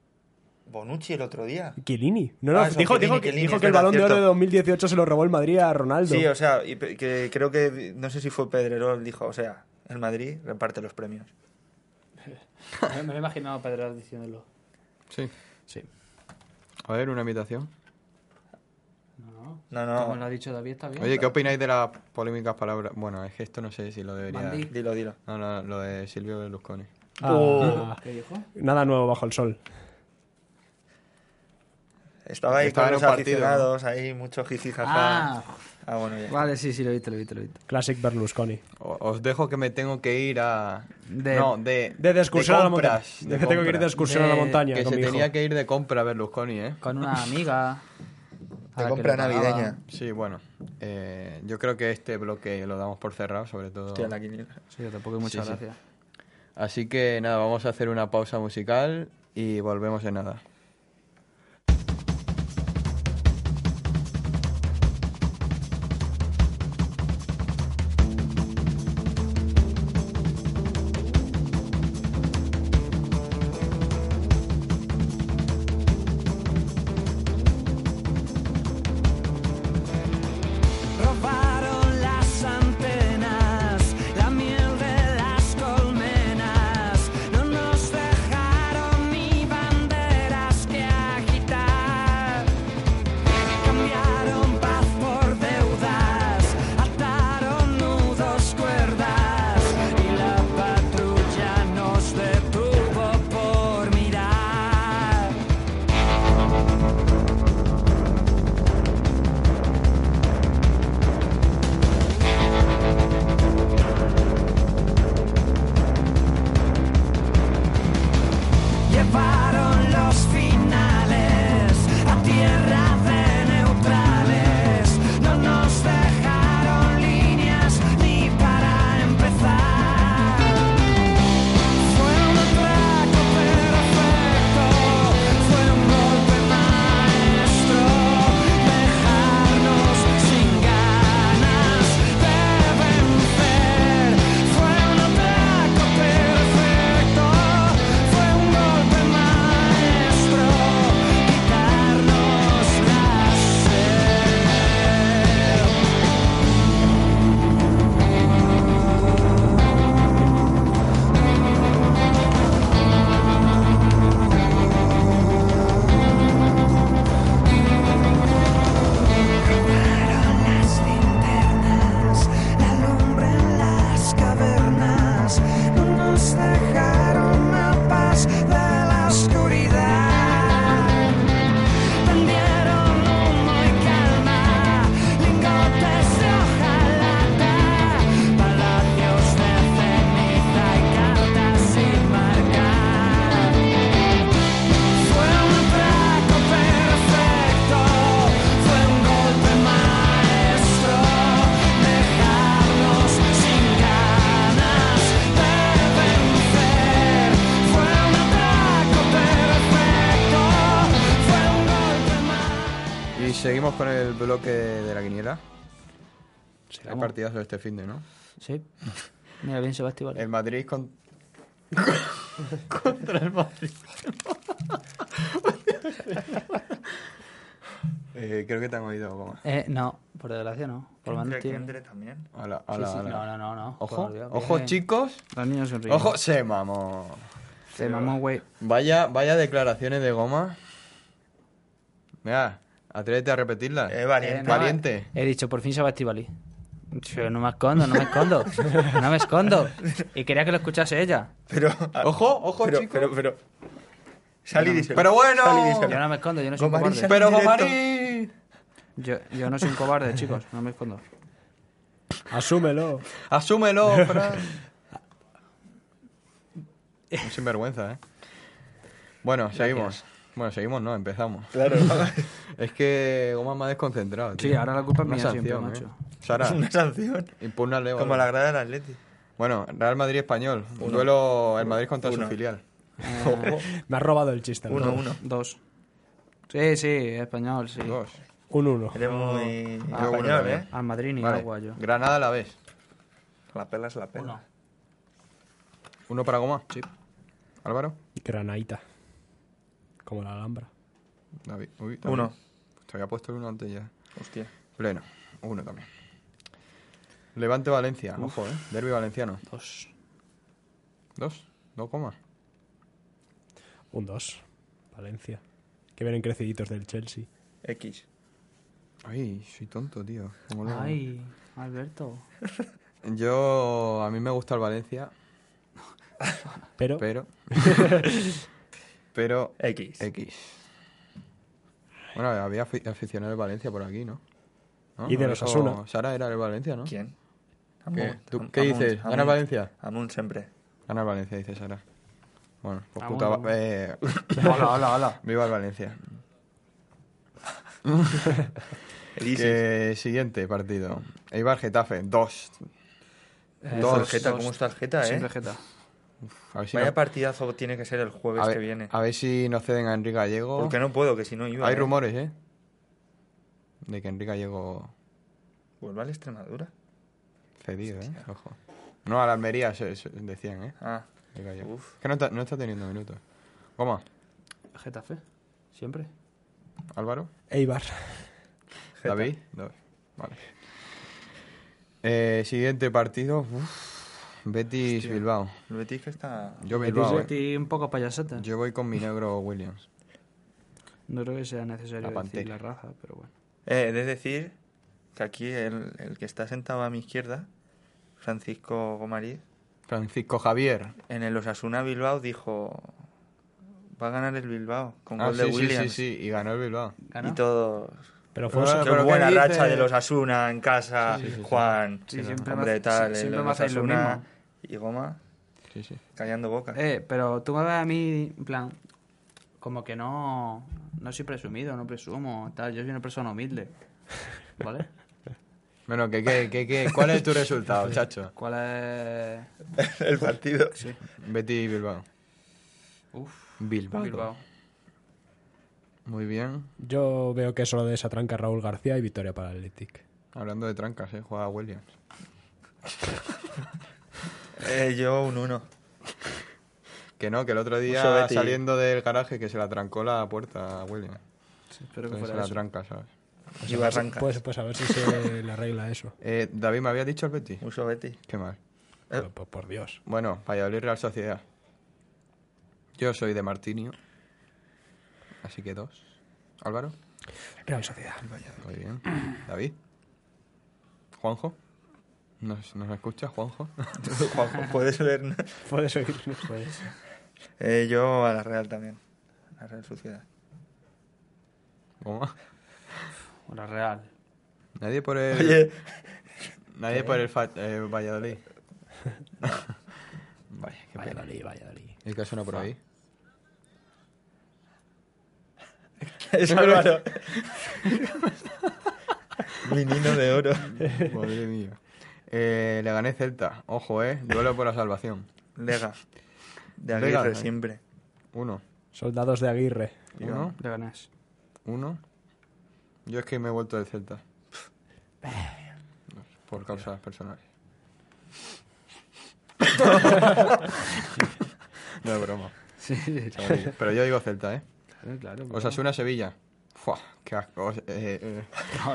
Speaker 7: Bonucci el otro día.
Speaker 9: Chiellini. No, no,
Speaker 7: Ah, eso,
Speaker 9: dijo,
Speaker 7: Chiellini,
Speaker 9: dijo que,
Speaker 7: Chiellini,
Speaker 9: dijo
Speaker 7: es
Speaker 9: que el
Speaker 7: verdad,
Speaker 9: balón de oro de
Speaker 7: cierto.
Speaker 9: 2018 se lo robó el Madrid a Ronaldo.
Speaker 7: Sí, o sea, y pe- que creo que, no sé si fue Pedrerol, dijo, o sea, el Madrid reparte los premios.
Speaker 6: *laughs* Me lo he imaginado a Pedro diciéndolo.
Speaker 5: Sí.
Speaker 6: Sí.
Speaker 5: A ver, una imitación.
Speaker 6: No,
Speaker 7: No,
Speaker 6: no. Como lo
Speaker 7: no,
Speaker 6: ha dicho David, está bien.
Speaker 5: Oye, ¿qué opináis de las polémicas palabras? Bueno, es que esto no sé si lo debería.
Speaker 6: Mandi.
Speaker 7: dilo, dilo.
Speaker 5: No, no, lo de Silvio Berlusconi.
Speaker 9: Ah,
Speaker 6: ¿Qué dijo?
Speaker 9: nada nuevo bajo el sol.
Speaker 7: Estaba ahí
Speaker 5: Estaba
Speaker 7: con
Speaker 5: en
Speaker 7: los
Speaker 5: un partido,
Speaker 7: aficionados, ahí mucho jiji jaja. Ah, bueno, ya.
Speaker 6: Vale, sí, sí, lo he visto, lo he visto, lo he visto.
Speaker 9: Classic Berlusconi.
Speaker 5: O- Os dejo que me tengo que ir a.
Speaker 6: De-
Speaker 5: no, de.
Speaker 9: De, de excursión a la montaña.
Speaker 5: compras,
Speaker 9: De que tengo que ir de
Speaker 5: compras.
Speaker 9: excursión a la
Speaker 6: De-
Speaker 9: montaña.
Speaker 5: Que
Speaker 9: con
Speaker 5: se
Speaker 9: mi hijo.
Speaker 5: tenía que ir de compra Berlusconi, ¿eh?
Speaker 6: Con una
Speaker 5: *laughs*
Speaker 6: amiga. a la
Speaker 7: De
Speaker 6: Ah, que
Speaker 7: compra
Speaker 6: le pagaba.
Speaker 7: navideña.
Speaker 5: Sí, bueno. eh, yo creo que este bloque lo damos por cerrado, sobre todo.
Speaker 7: Hostia, la quiniela.
Speaker 6: Sí, yo tampoco, muchas
Speaker 5: Sí, sí.
Speaker 6: gracias.
Speaker 5: Así que nada, vamos a hacer una pausa musical y volvemos en nada.
Speaker 3: Robaron las antenas, la miel de las colmenas, no nos dejaron ni banderas que agitar. Cambiaron paz por deudas, ataron nudos, cuerdas y la patrulla nos detuvo por mirar. Llevaron los finales a tierra de neutrales. No nos dejaron líneas ni para empezar. Fue un atraco perfecto, fue un golpe maestro. Dejarnos sin ganas de vencer. Fue un atraco perfecto, fue un golpe maestro. Quitarnos la sed. las linternas, la lumbre en las cavernas, no nos dejaron la paz de la oscuridad. Vendieron humo y calma, lingotes de hojalata, palacios de ceniza y cartas sin marcar. Fue un atraco perfecto, fue un golpe maestro, dejarnos sin ganas de vencer. Fue un atraco perfecto, fue un golpe maestro.
Speaker 5: Y seguimos con el bloque de la guiniela. Hay partidas de este fin de, ¿no?
Speaker 6: Sí. *laughs* Mira, bien se va a activar.
Speaker 5: El Madrid con... contra el Madrid. Eh, creo que te han oído. Goma.
Speaker 6: Eh, no, por desgracia no. Por eh. lo menos
Speaker 7: Kendrick,
Speaker 6: tiene-
Speaker 7: Kendrick también.
Speaker 5: Ala,
Speaker 6: Sí,
Speaker 5: ala,
Speaker 6: sí,
Speaker 5: ala.
Speaker 6: No, no, no, no.
Speaker 5: Ojo,
Speaker 6: Por Dios,
Speaker 5: ojo
Speaker 6: viene-
Speaker 5: chicos.
Speaker 6: Los niños sonríen.
Speaker 5: Ojo, se mamó.
Speaker 6: Se mamó, güey.
Speaker 5: Vaya, vaya declaraciones de Goma. Mira, atrévete a repetirlas.
Speaker 7: Eh, valiente.
Speaker 6: Eh, no,
Speaker 5: Valiente.
Speaker 6: He dicho, por fin se va a Estivali. no me escondo, no me escondo. no me escondo. Y quería que lo escuchase ella.
Speaker 7: Pero,
Speaker 5: Ojo, ojo,
Speaker 7: pero,
Speaker 5: chicos.
Speaker 7: pero, pero. Sal y díselo.
Speaker 5: Pero bueno.
Speaker 7: Sal y díselo.
Speaker 6: Yo no me escondo, yo no soy un
Speaker 7: Gomarisa.
Speaker 6: cobarde.
Speaker 5: Pero
Speaker 7: en directo.
Speaker 5: Gomari.
Speaker 6: Yo, yo no soy un cobarde, chicos. No me escondo.
Speaker 9: Asúmelo.
Speaker 5: Asúmelo,
Speaker 6: *laughs*
Speaker 5: Fran. Un sinvergüenza, ¿eh? Bueno, seguimos. Bueno, seguimos, no, empezamos.
Speaker 7: Claro,
Speaker 5: *laughs* Es que Goma me ha desconcentrado.
Speaker 6: Sí,
Speaker 5: tío.
Speaker 6: ahora la culpa es
Speaker 5: Una
Speaker 6: mía siempre,
Speaker 5: sanción,
Speaker 6: macho.
Speaker 5: ¿eh?
Speaker 6: *laughs*
Speaker 5: Sara,
Speaker 7: una sanción.
Speaker 5: impúgnale. o
Speaker 7: Como
Speaker 5: algo.
Speaker 7: la grada del Atleti.
Speaker 5: Bueno, Real Madrid español. Duelo el Madrid contra
Speaker 7: Uno.
Speaker 5: su filial.
Speaker 9: Me has robado el chiste.
Speaker 7: Uno,
Speaker 9: Alberto.
Speaker 7: uno.
Speaker 6: Dos. Sí, sí, español, sí.
Speaker 5: Dos.
Speaker 9: Un uno.
Speaker 7: Eres muy
Speaker 5: Ah,
Speaker 7: español,
Speaker 5: bueno,
Speaker 7: ¿eh?
Speaker 6: Al Madrid ni
Speaker 5: Vale.
Speaker 6: agua yo.
Speaker 5: Granada a la vez.
Speaker 7: La pela es la pela.
Speaker 6: Uno.
Speaker 5: Uno para Goma. Sí. Álvaro.
Speaker 9: Granadita. Como la alhambra.
Speaker 5: David. Uy, David.
Speaker 7: Uno.
Speaker 5: Te había puesto el uno antes ya.
Speaker 7: Hostia.
Speaker 5: Pleno. Uno también. Levante Valencia. Ojo, ¿eh? Derby valenciano.
Speaker 6: Dos.
Speaker 5: Dos. Dos comas.
Speaker 9: Un dos. Valencia. Que vienen creciditos del Chelsea.
Speaker 7: X.
Speaker 5: Ay, soy tonto, tío. Como lo-
Speaker 6: Ay, Alberto.
Speaker 5: Yo. A mí me gusta el Valencia,
Speaker 9: Pero,
Speaker 5: pero. pero.
Speaker 7: X.
Speaker 5: X. Bueno, había afi- aficionado del Valencia por aquí, ¿no? ¿No?
Speaker 9: Y de
Speaker 5: ¿No?
Speaker 9: los
Speaker 5: Eso-
Speaker 9: Asuna.
Speaker 5: Sara era del Valencia, ¿no?
Speaker 7: ¿Quién?
Speaker 5: ¿Qué,
Speaker 7: Amun.
Speaker 5: ¿Tú
Speaker 7: Am-
Speaker 5: qué
Speaker 7: Amun,
Speaker 5: dices?
Speaker 7: Amun.
Speaker 5: ¿Gana el Valencia?
Speaker 7: Amun siempre.
Speaker 5: Gana el Valencia, dice Sara. Bueno, pues
Speaker 6: Vamos,
Speaker 5: puta. va-
Speaker 6: vamos.
Speaker 5: eh,
Speaker 6: Hola, hola, hola.
Speaker 5: *laughs* viva el Valencia.
Speaker 7: Elisis.
Speaker 5: Que- siguiente partido. Eibar Getafe, 2.
Speaker 7: Dos. Jeta, ¿cómo está el Jeta, eh?
Speaker 6: Siempre Jeta.
Speaker 5: Uf, a ver si
Speaker 7: Vaya
Speaker 5: no-
Speaker 7: partidazo tiene que ser el jueves
Speaker 5: a ver-
Speaker 7: que viene.
Speaker 5: A ver si no ceden a Enrique Gallego.
Speaker 7: Porque no puedo, que si no iba.
Speaker 5: Hay
Speaker 7: eh.
Speaker 5: rumores, ¿eh? De que Enrique Gallego
Speaker 7: Vuelva a la Extremadura.
Speaker 5: cedido, ¿eh? Ojo. No, a la Almería se- se- decían, ¿eh?
Speaker 7: Ah,
Speaker 5: Enrique Gallego.
Speaker 7: Uf.
Speaker 5: Es que no está, no está teniendo minutos. Goma,
Speaker 6: Getafe, siempre.
Speaker 5: Álvaro,
Speaker 9: Eibar.
Speaker 7: Geta.
Speaker 5: David. David. Vale. Eh, siguiente partido. Uf, Betis Bilbao.
Speaker 7: el Betis que está.
Speaker 5: Yo
Speaker 6: Betis,
Speaker 5: Bilbao. eh.
Speaker 6: Betis un poco payaseta.
Speaker 5: Yo voy con mi negro Williams.
Speaker 6: No creo que sea necesario
Speaker 5: La
Speaker 6: decir
Speaker 5: pantera.
Speaker 6: la raza, pero bueno.
Speaker 7: Eh, he de decir que aquí el, el que está sentado a mi izquierda, Francisco Gomariz,
Speaker 5: Francisco Javier.
Speaker 7: en el Osasuna Bilbao dijo: Va a ganar el Bilbao con
Speaker 5: Ah,
Speaker 7: gol
Speaker 5: sí,
Speaker 7: de
Speaker 5: sí, sí,
Speaker 7: Williams.
Speaker 5: sí. Y ganó el Bilbao.
Speaker 7: Y todos.
Speaker 9: Pero fue un-
Speaker 5: Ah,
Speaker 7: Qué
Speaker 5: pero ¿qué
Speaker 7: buena
Speaker 5: dices?
Speaker 7: racha de los Asuna en casa,
Speaker 5: eh. Sí, sí, sí, sí.
Speaker 7: Juan,
Speaker 6: Sí, siempre
Speaker 7: hombre,
Speaker 6: me-
Speaker 7: tal,
Speaker 6: sí, siempre
Speaker 7: el
Speaker 6: me hacéis lo
Speaker 7: Osasuna
Speaker 6: mismo.
Speaker 7: y Goma
Speaker 5: Sí, sí.
Speaker 7: callando boca.
Speaker 6: Eh, pero tú me ves a mí, en plan, como que no, no soy presumido, no presumo, tal. Yo soy una persona humilde. ¿Vale?
Speaker 5: Bueno, ¿qué, qué, qué, qué? cuál es tu
Speaker 9: *laughs*
Speaker 5: resultado, chacho?
Speaker 6: ¿Cuál es.
Speaker 7: *laughs* el partido.
Speaker 5: Betis Bilbao.
Speaker 6: Uf,
Speaker 5: Bilbao.
Speaker 6: Bilbao.
Speaker 5: Muy bien.
Speaker 9: Yo veo que solo desatranca Raúl García y victoria para el Athletic.
Speaker 5: Hablando de trancas, ¿eh? Juega Williams.
Speaker 7: Eh, yo un 1.
Speaker 5: Que no, que el otro día
Speaker 7: Mucho Betis.
Speaker 5: saliendo del garaje que se la trancó la puerta a Williams.
Speaker 6: Espero que
Speaker 5: Entonces se
Speaker 6: fuera
Speaker 5: la
Speaker 6: eso.
Speaker 5: tranca, ¿sabes?
Speaker 7: Y Barranca.
Speaker 9: Pues, pues a ver si se le arregla eso.
Speaker 5: Eh, David, ¿me había dicho el Betis?
Speaker 7: Mucho Betis.
Speaker 5: Qué mal.
Speaker 9: Pero, pues, por Dios.
Speaker 5: Eh. Bueno, Valladolid Real Sociedad. Yo soy de Martinio. Así que dos. Álvaro.
Speaker 9: Real Sociedad.
Speaker 5: Muy bien. *clears throat* David. Juanjo. ¿Nos, nos escuchas, Juanjo? *laughs*
Speaker 7: Juanjo, pues puedes leer.
Speaker 9: Puedes oírnos, puedes.
Speaker 7: Eh, yo a la Real también. A la Real Sociedad.
Speaker 5: Goma.
Speaker 6: O la Real.
Speaker 5: Nadie por el.
Speaker 7: Oye, *laughs*
Speaker 5: Nadie por el fa- eh, Valladolid. Vaya, qué pena.
Speaker 9: Valladolid, Valladolid.
Speaker 5: ¿Y qué suena por ahí?
Speaker 7: es Álvaro. Menino de oro.
Speaker 5: *laughs* Madre mía. Eh, le gané Celta. Ojo, eh. Duelo por la salvación.
Speaker 7: Lega. De Aguirre
Speaker 5: Lega, ¿no?
Speaker 7: siempre.
Speaker 5: Uno.
Speaker 9: Soldados de Aguirre.
Speaker 5: Uno.
Speaker 6: Le ganas.
Speaker 5: Uno. Yo es que me he vuelto del Celta. Por causas personales. no es broma.
Speaker 6: Sí, sí,
Speaker 5: chavalillo. Pero yo digo Celta, ¿eh?
Speaker 6: claro, claro.
Speaker 5: Osasuna Sevilla. Fua, qué asco. Eh, eh.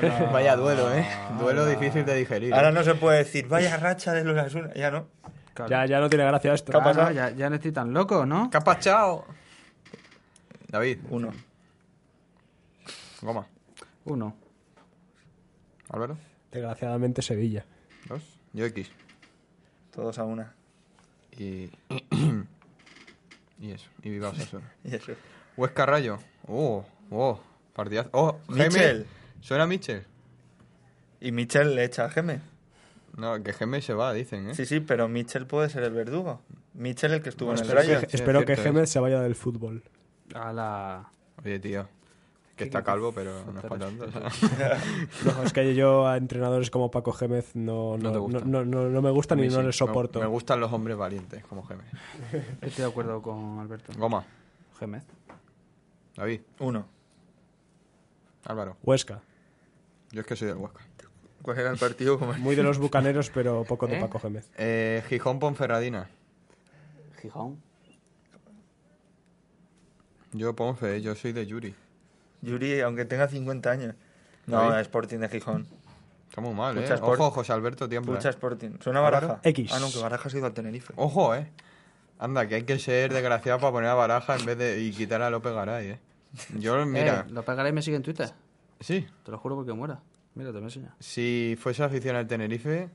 Speaker 5: *laughs* Vaya duelo, ¿eh? Duelo difícil de digerir.
Speaker 7: Ahora
Speaker 5: eh.
Speaker 7: no se puede decir, vaya racha de los Asuna. Ya no.
Speaker 6: claro.
Speaker 9: Ya, ya no tiene gracia esto.
Speaker 6: Ah, no, ya, ya no estoy tan loco, ¿no?
Speaker 5: ¿Qué ha pasado? David,
Speaker 7: Uno.
Speaker 5: goma.
Speaker 6: Uno.
Speaker 5: Álvaro,
Speaker 9: Desgraciadamente Sevilla.
Speaker 5: dos. Yo X.
Speaker 7: Todos a una.
Speaker 5: Y. *clears throat* y eso. Y viva Osasuna.
Speaker 7: Y eso.
Speaker 5: Huesca Rayo. Oh, oh. Partidazo. Oh, Jaime.
Speaker 7: Michel.
Speaker 5: ¿Suena Michel?
Speaker 7: Y Michel le echa a Geme.
Speaker 5: No, que Jaime se va, dicen, ¿eh?
Speaker 7: Sí, sí, pero Mitchell puede ser el verdugo. Mitchell el que estuvo en el
Speaker 5: espero
Speaker 7: Rayo.
Speaker 5: Sí, es
Speaker 9: Espero que
Speaker 5: cierto,
Speaker 9: Gémez se vaya del fútbol.
Speaker 6: A la.
Speaker 5: Oye, tío. Que está calvo, pero no es para tanto. o sea.
Speaker 9: *laughs* No, es que yo a entrenadores como Paco Gémez no,
Speaker 5: No
Speaker 9: no,
Speaker 5: te
Speaker 9: no,
Speaker 5: gusta.
Speaker 9: no, no- no me
Speaker 5: A
Speaker 9: gustan
Speaker 5: mí
Speaker 9: y no
Speaker 5: sí,
Speaker 9: les
Speaker 5: me-
Speaker 9: soporto.
Speaker 5: Me, gustan los hombres valientes, como Jaime.
Speaker 6: Estoy de acuerdo con Alberto.
Speaker 5: Goma.
Speaker 6: Gémez.
Speaker 5: David.
Speaker 7: Uno.
Speaker 5: Álvaro.
Speaker 9: Huesca.
Speaker 5: Yo es que soy del Huesca.
Speaker 7: ¿Cuál era Pues el partido? Como
Speaker 9: Muy
Speaker 7: *laughs*
Speaker 9: de los bucaneros, pero poco de Paco Gémez.
Speaker 5: Eh, Gijón Ponferradina.
Speaker 6: Gijón.
Speaker 5: Yo Ponfe, yo soy de Yuri.
Speaker 7: Yuri, aunque tenga 50 años. No,
Speaker 5: ¿David?
Speaker 7: Sporting de Gijón.
Speaker 5: Está muy mal,
Speaker 7: Muchas
Speaker 5: ¿eh?
Speaker 7: por-
Speaker 5: Ojo, José Alberto tiembla.
Speaker 7: Lucha
Speaker 5: ¿eh?
Speaker 7: Sporting. Suena Baraja.
Speaker 9: X.
Speaker 7: Ah, no, que Baraja se ha ido al Tenerife.
Speaker 5: Ojo, ¿eh? Anda, que hay que ser desgraciado para poner a Baraja en vez de... y quitar a López Garay, ¿eh?
Speaker 7: *laughs*
Speaker 5: Yo, mira...
Speaker 6: Eh, lo pegaré y me sigue en Twitter.
Speaker 5: Sí,
Speaker 6: Te lo juro porque muera. Mira, te lo enseño.
Speaker 5: Si fuese afición al Tenerife,
Speaker 7: Sona-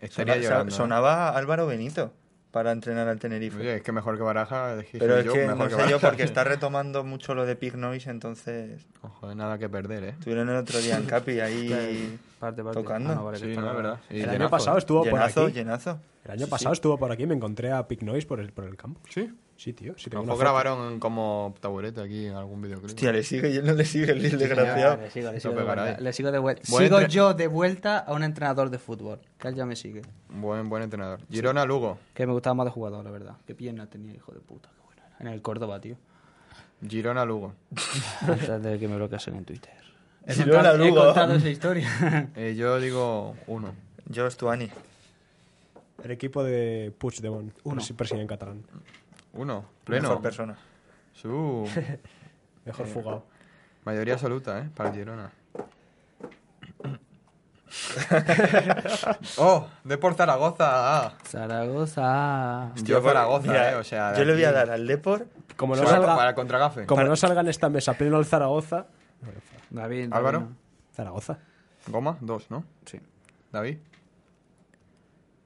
Speaker 5: estaría
Speaker 7: sa-
Speaker 5: llorando. ¿eh?
Speaker 7: sonaba Álvaro Benito para entrenar al Tenerife.
Speaker 5: Oye, es que mejor que Baraja. es que
Speaker 7: Pero
Speaker 5: soy
Speaker 7: es
Speaker 5: yo,
Speaker 7: que
Speaker 5: mejor
Speaker 7: no
Speaker 5: que
Speaker 7: sé yo,
Speaker 5: Baraja. *laughs*
Speaker 7: porque está retomando mucho lo de Pig Noise, entonces
Speaker 5: Ojo, nada que perder, ¿eh?
Speaker 7: estuvieron el otro
Speaker 5: *laughs*
Speaker 7: día en Capi ahí
Speaker 6: Parte, parte.
Speaker 7: Tocando.
Speaker 6: vale, que
Speaker 5: Sí,
Speaker 6: está
Speaker 5: Ah, no, es
Speaker 6: grabado.
Speaker 5: verdad. Y
Speaker 9: El año
Speaker 5: llenazo.
Speaker 9: pasado estuvo por
Speaker 7: llenazo,
Speaker 9: aquí.
Speaker 7: llenazo.
Speaker 9: El año pasado estuvo por aquí. Me encontré a Pick Noise por el, por el campo.
Speaker 5: Sí.
Speaker 9: Sí, tío. Si
Speaker 5: A
Speaker 9: te
Speaker 5: lo
Speaker 9: una
Speaker 5: mejor
Speaker 9: foto.
Speaker 5: grabaron como taburete aquí en algún videoclip.
Speaker 7: Hostia, le sigue y él no le sigue, el desgraciado.
Speaker 6: Le sigo, le sigo
Speaker 5: Lo
Speaker 6: de
Speaker 5: pegará
Speaker 6: vuelta.
Speaker 5: ahí.
Speaker 6: Le sigo de vuelta.
Speaker 5: Buen
Speaker 6: Sigo
Speaker 5: entre-
Speaker 6: yo de vuelta a un entrenador de fútbol. Que él ya me sigue.
Speaker 5: Buen, buen entrenador. Girona Lugo.
Speaker 6: Que me gustaba más de jugador, la verdad. Qué pierna tenía, hijo de puta. Qué bueno era. En el Córdoba, tío.
Speaker 5: Girona Lugo.
Speaker 6: *laughs* Antes de que me bloqueasen en Twitter. He
Speaker 7: Girona,
Speaker 6: contado, he
Speaker 7: Lugo.
Speaker 6: contado esa historia.
Speaker 5: Eh, yo digo uno.
Speaker 7: Yo, Stuani.
Speaker 9: El equipo de Puigdemont.
Speaker 6: Uno.
Speaker 9: presi- Presidente en catalán.
Speaker 5: Uno. Pleno.
Speaker 7: Mejor persona.
Speaker 5: Su
Speaker 9: Mejor fugado.
Speaker 5: mayoría absoluta, ¿eh? Para el Girona. oh, Depor Zaragoza. ah.
Speaker 6: *laughs* Zaragoza.
Speaker 5: Yo Zaragoza,
Speaker 7: pues, Mira,
Speaker 5: eh. O sea, de
Speaker 7: yo le voy a
Speaker 5: aquí-
Speaker 7: dar al Depor.
Speaker 9: Como no
Speaker 5: Para,
Speaker 9: salga,
Speaker 5: para el contragafe.
Speaker 9: como no salga en esta mesa pleno el Zaragoza.
Speaker 6: David.
Speaker 5: Álvaro.
Speaker 6: David,
Speaker 9: Zaragoza.
Speaker 5: Goma, dos, ¿no?
Speaker 6: Sí.
Speaker 5: David.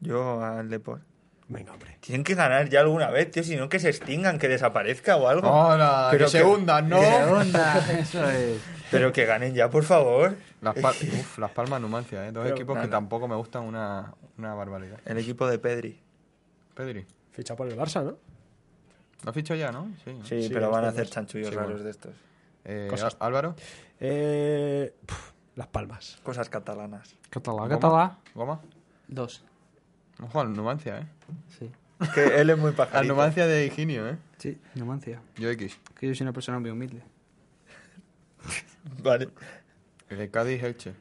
Speaker 7: Yo al Depor.
Speaker 9: Venga, hombre.
Speaker 7: Tienen que ganar ya alguna vez, tío. Si no, que se extingan, que desaparezca o algo.
Speaker 5: Hola,
Speaker 7: Pero
Speaker 5: que
Speaker 7: que-
Speaker 5: se hundan, ¿no?
Speaker 6: ¿Qué onda? Eso es.
Speaker 7: Pero que ganen ya, por favor.
Speaker 5: *laughs* Las, Pal- Uf, Las Palmas Numancia, ¿eh? Dos
Speaker 9: Pero-
Speaker 5: equipos que
Speaker 7: Nada.
Speaker 5: tampoco me gustan una, una barbaridad.
Speaker 7: El equipo de Pedri.
Speaker 5: Pedri.
Speaker 9: Ficha por el Barça, ¿no?
Speaker 5: ¿Lo has fichado ya, no? Sí. ¿no?
Speaker 7: Sí,
Speaker 9: Sí, este
Speaker 7: pero
Speaker 9: los
Speaker 7: van a
Speaker 9: dos.
Speaker 7: hacer chanchullos
Speaker 5: Sí,
Speaker 7: raros
Speaker 5: bueno.
Speaker 7: de estos.
Speaker 5: Eh,
Speaker 9: Cosas.
Speaker 5: Á- Álvaro.
Speaker 9: Eh, pf, Las Palmas.
Speaker 5: *laughs*
Speaker 7: Cosas catalanas.
Speaker 6: Catalá,
Speaker 5: Goma.
Speaker 6: Catalá.
Speaker 5: Goma.
Speaker 6: Dos.
Speaker 5: Ojo al Numancia, ¿eh?
Speaker 6: Sí.
Speaker 7: Que él es muy
Speaker 5: Al
Speaker 7: pajarito.
Speaker 5: Numancia de Higinio, ¿eh?
Speaker 6: Sí, Numancia.
Speaker 5: Yo X.
Speaker 6: Que yo soy una persona muy humilde.
Speaker 7: Vale.
Speaker 5: El de Cádiz Elche.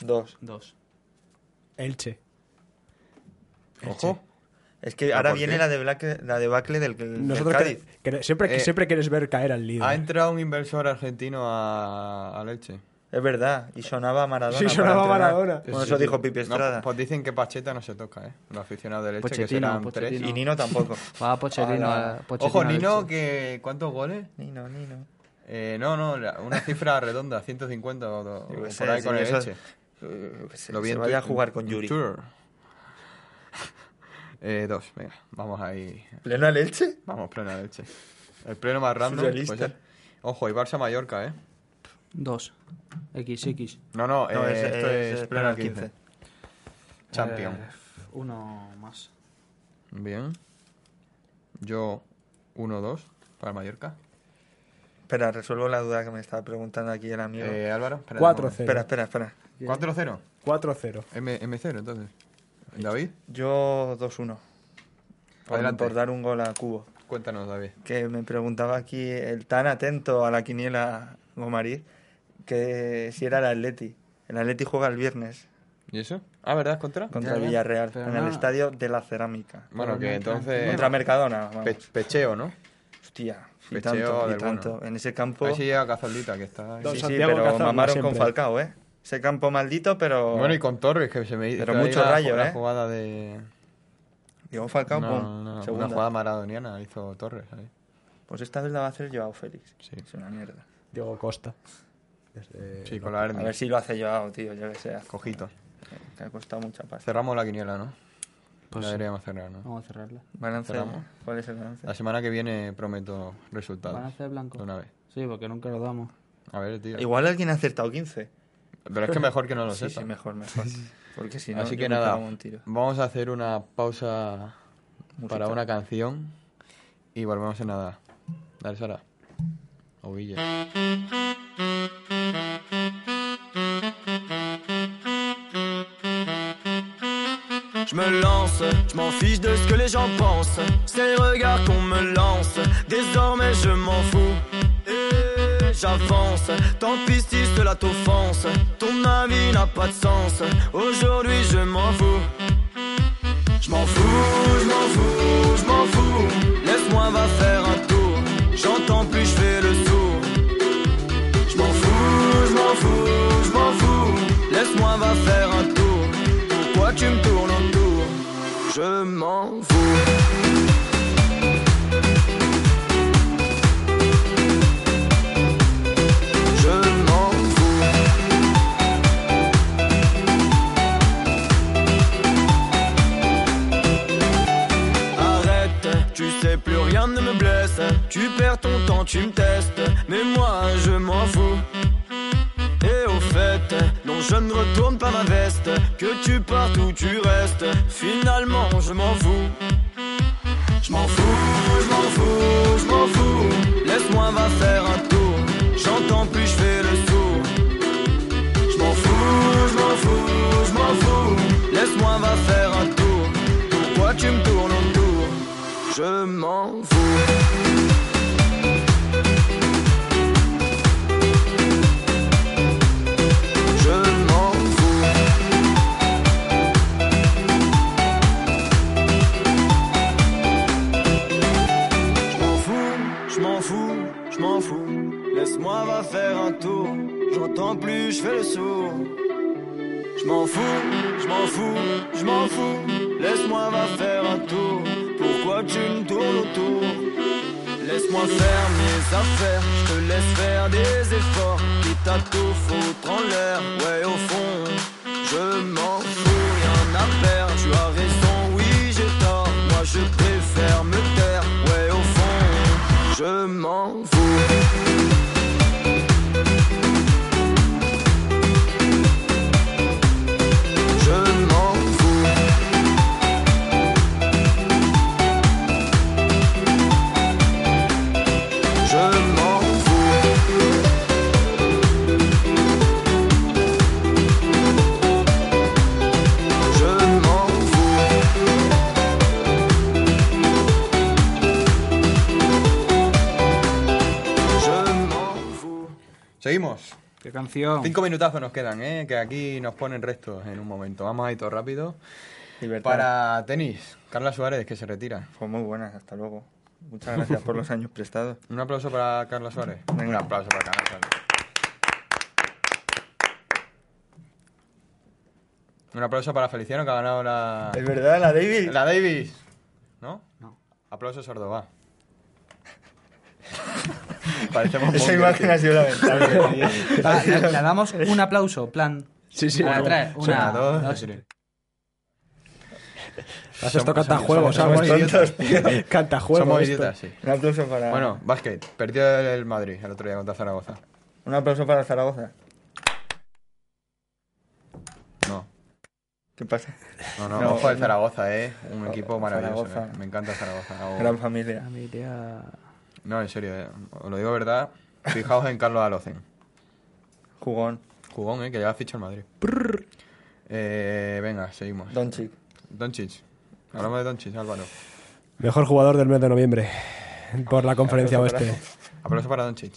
Speaker 7: Dos.
Speaker 6: Dos.
Speaker 9: Elche.
Speaker 5: Ojo.
Speaker 7: Este. Es que
Speaker 5: ¿Ah,
Speaker 7: ahora
Speaker 5: por
Speaker 7: viene
Speaker 5: qué?
Speaker 7: la, debacle, la debacle del, del
Speaker 9: Nosotros
Speaker 7: Cádiz.
Speaker 9: que- que- siempre,
Speaker 5: Eh,
Speaker 9: siempre quieres ver caer al líder.
Speaker 5: Ha entrado un inversor argentino a, al Elche.
Speaker 7: Es verdad. Y sonaba Maradona.
Speaker 9: Sí,
Speaker 7: para
Speaker 9: sonaba
Speaker 7: entrenar.
Speaker 9: Maradona.
Speaker 7: Bueno, eso dijo Pipi
Speaker 5: No,
Speaker 7: Estrada.
Speaker 5: pues dicen que Pacheta no se toca, ¿eh? Los aficionados del Elche, que
Speaker 6: Pochettino,
Speaker 5: serán
Speaker 6: Pochettino.
Speaker 5: tres.
Speaker 7: y
Speaker 5: *laughs*
Speaker 7: Nino tampoco.
Speaker 6: Va Pochettino.
Speaker 7: Hola.
Speaker 6: a- Pochettino
Speaker 5: Ojo,
Speaker 6: al
Speaker 5: Nino,
Speaker 6: Elche.
Speaker 5: que ¿cuántos goles?
Speaker 7: Nino, Nino.
Speaker 5: Eh, no, no, la- una cifra redonda, 150 o, o
Speaker 7: Yo qué
Speaker 5: por
Speaker 7: sé,
Speaker 5: ahí
Speaker 7: sí,
Speaker 5: con el
Speaker 7: eso-
Speaker 5: Elche.
Speaker 7: Eh, yo qué sé,
Speaker 5: Lo vi
Speaker 7: se
Speaker 5: en
Speaker 7: vaya a
Speaker 5: Twitter.
Speaker 7: jugar con Yuri.
Speaker 5: Twitter. *laughs* Eh, dos, venga, vamos ahí.
Speaker 7: ¿Pleno al Elche?
Speaker 5: Vamos, pleno al Elche. El pleno más random.
Speaker 7: Surrealista.
Speaker 5: puede ser. Ojo, y Barça-Mallorca, ¿eh?
Speaker 6: Dos. X, X.
Speaker 5: No, no,
Speaker 7: No,
Speaker 5: eh,
Speaker 7: es-
Speaker 5: esto
Speaker 7: es-
Speaker 5: es, pleno
Speaker 7: es pleno
Speaker 5: al
Speaker 7: al
Speaker 5: 15. Champion.
Speaker 6: Eh, uno más.
Speaker 5: Bien. Yo 1-2 para Mallorca.
Speaker 7: Espera, resuelvo la duda que me estaba preguntando aquí el amigo.
Speaker 5: Eh, Álvaro, espera un
Speaker 9: 4-0.
Speaker 7: espera, espera, espera.
Speaker 5: momento. 4-0.
Speaker 9: 4-0.
Speaker 5: M- M0, entonces. David,
Speaker 7: Yo 2-1. Por,
Speaker 5: Adelante.
Speaker 7: por dar un gol a Cubo.
Speaker 5: cuéntanos, David.
Speaker 7: Que me preguntaba aquí el tan atento a la quiniela Gomariz que si era el Atleti. El Atleti juega el viernes
Speaker 5: ¿Y eso? Ah, ¿verdad? ¿Es ¿Contra?
Speaker 7: contra
Speaker 6: Ya, ya,
Speaker 7: Villarreal
Speaker 6: pero
Speaker 7: en
Speaker 6: no-
Speaker 7: el estadio de la Cerámica.
Speaker 5: Bueno, que entonces.
Speaker 7: Contra Mercadona. vamos.
Speaker 5: Pe- pecheo, ¿no?
Speaker 7: Hostia, y
Speaker 5: Pecheo
Speaker 7: tanto, y
Speaker 5: del bueno.
Speaker 7: tanto. En ese campo.
Speaker 5: A ver si llega Cazorlita, que está. ahí.
Speaker 9: Dos.
Speaker 7: Sí, sí,
Speaker 9: Santiago
Speaker 7: pero
Speaker 9: Cazorla
Speaker 7: mamaron
Speaker 9: siempre.
Speaker 7: con Falcao, ¿eh? Ese campo maldito, pero.
Speaker 5: Bueno, y con Torres, que se me hizo.
Speaker 7: Pero
Speaker 5: ahí
Speaker 7: mucho
Speaker 5: la-
Speaker 7: rayo,
Speaker 5: la
Speaker 7: ¿eh?
Speaker 5: jugada de.
Speaker 7: Digo, Falcao,
Speaker 5: No,
Speaker 7: pum.
Speaker 5: no, no,
Speaker 7: segunda.
Speaker 5: una jugada maradoniana hizo Torres ahí.
Speaker 7: Pues esta vez la va a hacer Joao Félix.
Speaker 5: Sí.
Speaker 7: Es una mierda.
Speaker 9: Diego Costa. Desde-
Speaker 5: Sí, con la
Speaker 7: A
Speaker 5: hernia.
Speaker 7: ver si lo hace Joao, tío, yo que sé.
Speaker 5: Cojito.
Speaker 7: Que ha costado mucha paz.
Speaker 5: Cerramos la quiniela, ¿no?
Speaker 6: Pues
Speaker 5: la
Speaker 6: sí.
Speaker 5: deberíamos cerrar, ¿no?
Speaker 6: Vamos a cerrarla.
Speaker 7: Balance.
Speaker 5: Cerramos.
Speaker 7: ¿Cuál es el balance?
Speaker 5: La semana que viene prometo
Speaker 6: ¿Van a
Speaker 5: resultados. De
Speaker 6: hacer blanco?
Speaker 5: una vez.
Speaker 6: Sí, porque nunca lo damos.
Speaker 5: A ver, tío.
Speaker 7: Igual alguien ha acertado 15.
Speaker 5: Pero es que mejor que no lo
Speaker 7: *laughs* sí,
Speaker 5: sepa.
Speaker 7: sí,
Speaker 5: *laughs*
Speaker 7: mejor, mejor. Porque si no,
Speaker 5: Así
Speaker 7: yo
Speaker 5: que
Speaker 7: me
Speaker 5: nada,
Speaker 7: pego un tiro.
Speaker 5: vamos a hacer una pausa para
Speaker 7: Musical.
Speaker 5: una canción y volvemos en nada. Dale, Sara. Ovilla.
Speaker 3: Je me lance, je m'en fiche de ce que les gens pensent. Ces regards qu'on me lance, désormais je m'en fous. Et J'avance, tant pis si cela t'offense. Ton avis n'a pas de sens, aujourd'hui je m'en fous. Je m'en fous, je m'en fous, je m'en fous. Laisse-moi va faire un tour, j'entends plus, je fais le sourd. Je m'en fous, je m'en fous, je m'en fous. Laisse-moi va faire un tour. Pourquoi tu me tournes autour Je m'en fous. Je m'en fous. Arrête, tu sais plus rien ne me blesse. Tu perds ton temps, tu me testes. Mais moi, je m'en fous. Et au fait, non, je ne retourne pas ma veste. Que tu partes ou tu restes, finalement, je m'en fous. Je m'en fous, je m'en fous, je m'en fous. Laisse-moi va faire un tour. J'entends plus, je fais le sourd. Je m'en fous, je m'en fous, je m'en fous. Laisse-moi va faire un tour. Pourquoi tu me tournes autour Je m'en fous. Je m'en fous. Je m'en fous, je m'en fous, je m'en fous. Laisse-moi va faire un tour. J'entends plus, je fais le sourd. Je m'en fous, je m'en fous, je m'en fous. Laisse-moi va faire un tour. Pourquoi tu me tournes autour Laisse-moi faire mes affaires, je te laisse faire des efforts. Quitte à tout foutre en l'air, ouais au fond, je m'en fous, rien à perdre. Tu as raison, oui j'ai tort, moi je préfère me taire, ouais au fond, je m'en fous. Je m'en fous. Je m'en fous. Je m'en fous.
Speaker 5: Seguimos.
Speaker 6: Qué canción. *laughs*
Speaker 5: Cinco minutazos nos quedan, ¿eh? que aquí nos ponen restos en un momento. Vamos ahí todo rápido. Para tenis, Carla Suárez, que se retira.
Speaker 7: Fue muy buena, hasta luego. Muchas gracias por los años prestados.
Speaker 5: Un aplauso para Carla Suárez. Un aplauso para Carla Suárez. Un aplauso para Feliciano, que ha ganado la...
Speaker 7: Es verdad, la Davis.
Speaker 5: La Davis. ¿No? No. Aplauso sordo, *laughs* va. Parecemos
Speaker 7: Esa
Speaker 5: muy
Speaker 7: imagen ha sido *laughs* lamentable.
Speaker 6: Va, le, le damos un aplauso, plan.
Speaker 9: Sí, sí,
Speaker 6: A la
Speaker 9: bueno.
Speaker 6: tres, una,
Speaker 5: Una, dos,
Speaker 6: dos,
Speaker 5: tres.
Speaker 9: Has esto canta
Speaker 5: somos-
Speaker 9: juegos,
Speaker 5: somos
Speaker 9: ¿sabes?
Speaker 5: idiotas, *laughs* tío.
Speaker 9: Canta juegos.
Speaker 5: Somos idiotas, sí.
Speaker 7: Un aplauso para.
Speaker 5: Bueno, básquet. Perdió el, el Madrid el otro día contra Zaragoza.
Speaker 7: Un aplauso para Zaragoza.
Speaker 5: No,
Speaker 7: ¿Qué pasa?
Speaker 5: no, no.
Speaker 7: No,
Speaker 5: ojo el
Speaker 7: no.
Speaker 5: Zaragoza, ¿eh? Un equipo maravilloso. eh.
Speaker 7: Zaragoza.
Speaker 5: Me, me encanta Zaragoza. O-
Speaker 7: Gran familia.
Speaker 5: No, en serio, eh, os lo digo de verdad. Fijaos en Carlos Alocen.
Speaker 7: Jugón.
Speaker 5: Jugón, ¿eh? Que ya ha fichado el Madrid. Eh, venga, seguimos.
Speaker 7: Doncic.
Speaker 5: Doncic. Hablamos de Doncic, Álvaro.
Speaker 9: Mejor jugador del mes de noviembre. Por la conferencia oeste.
Speaker 5: Aplauso para Doncic.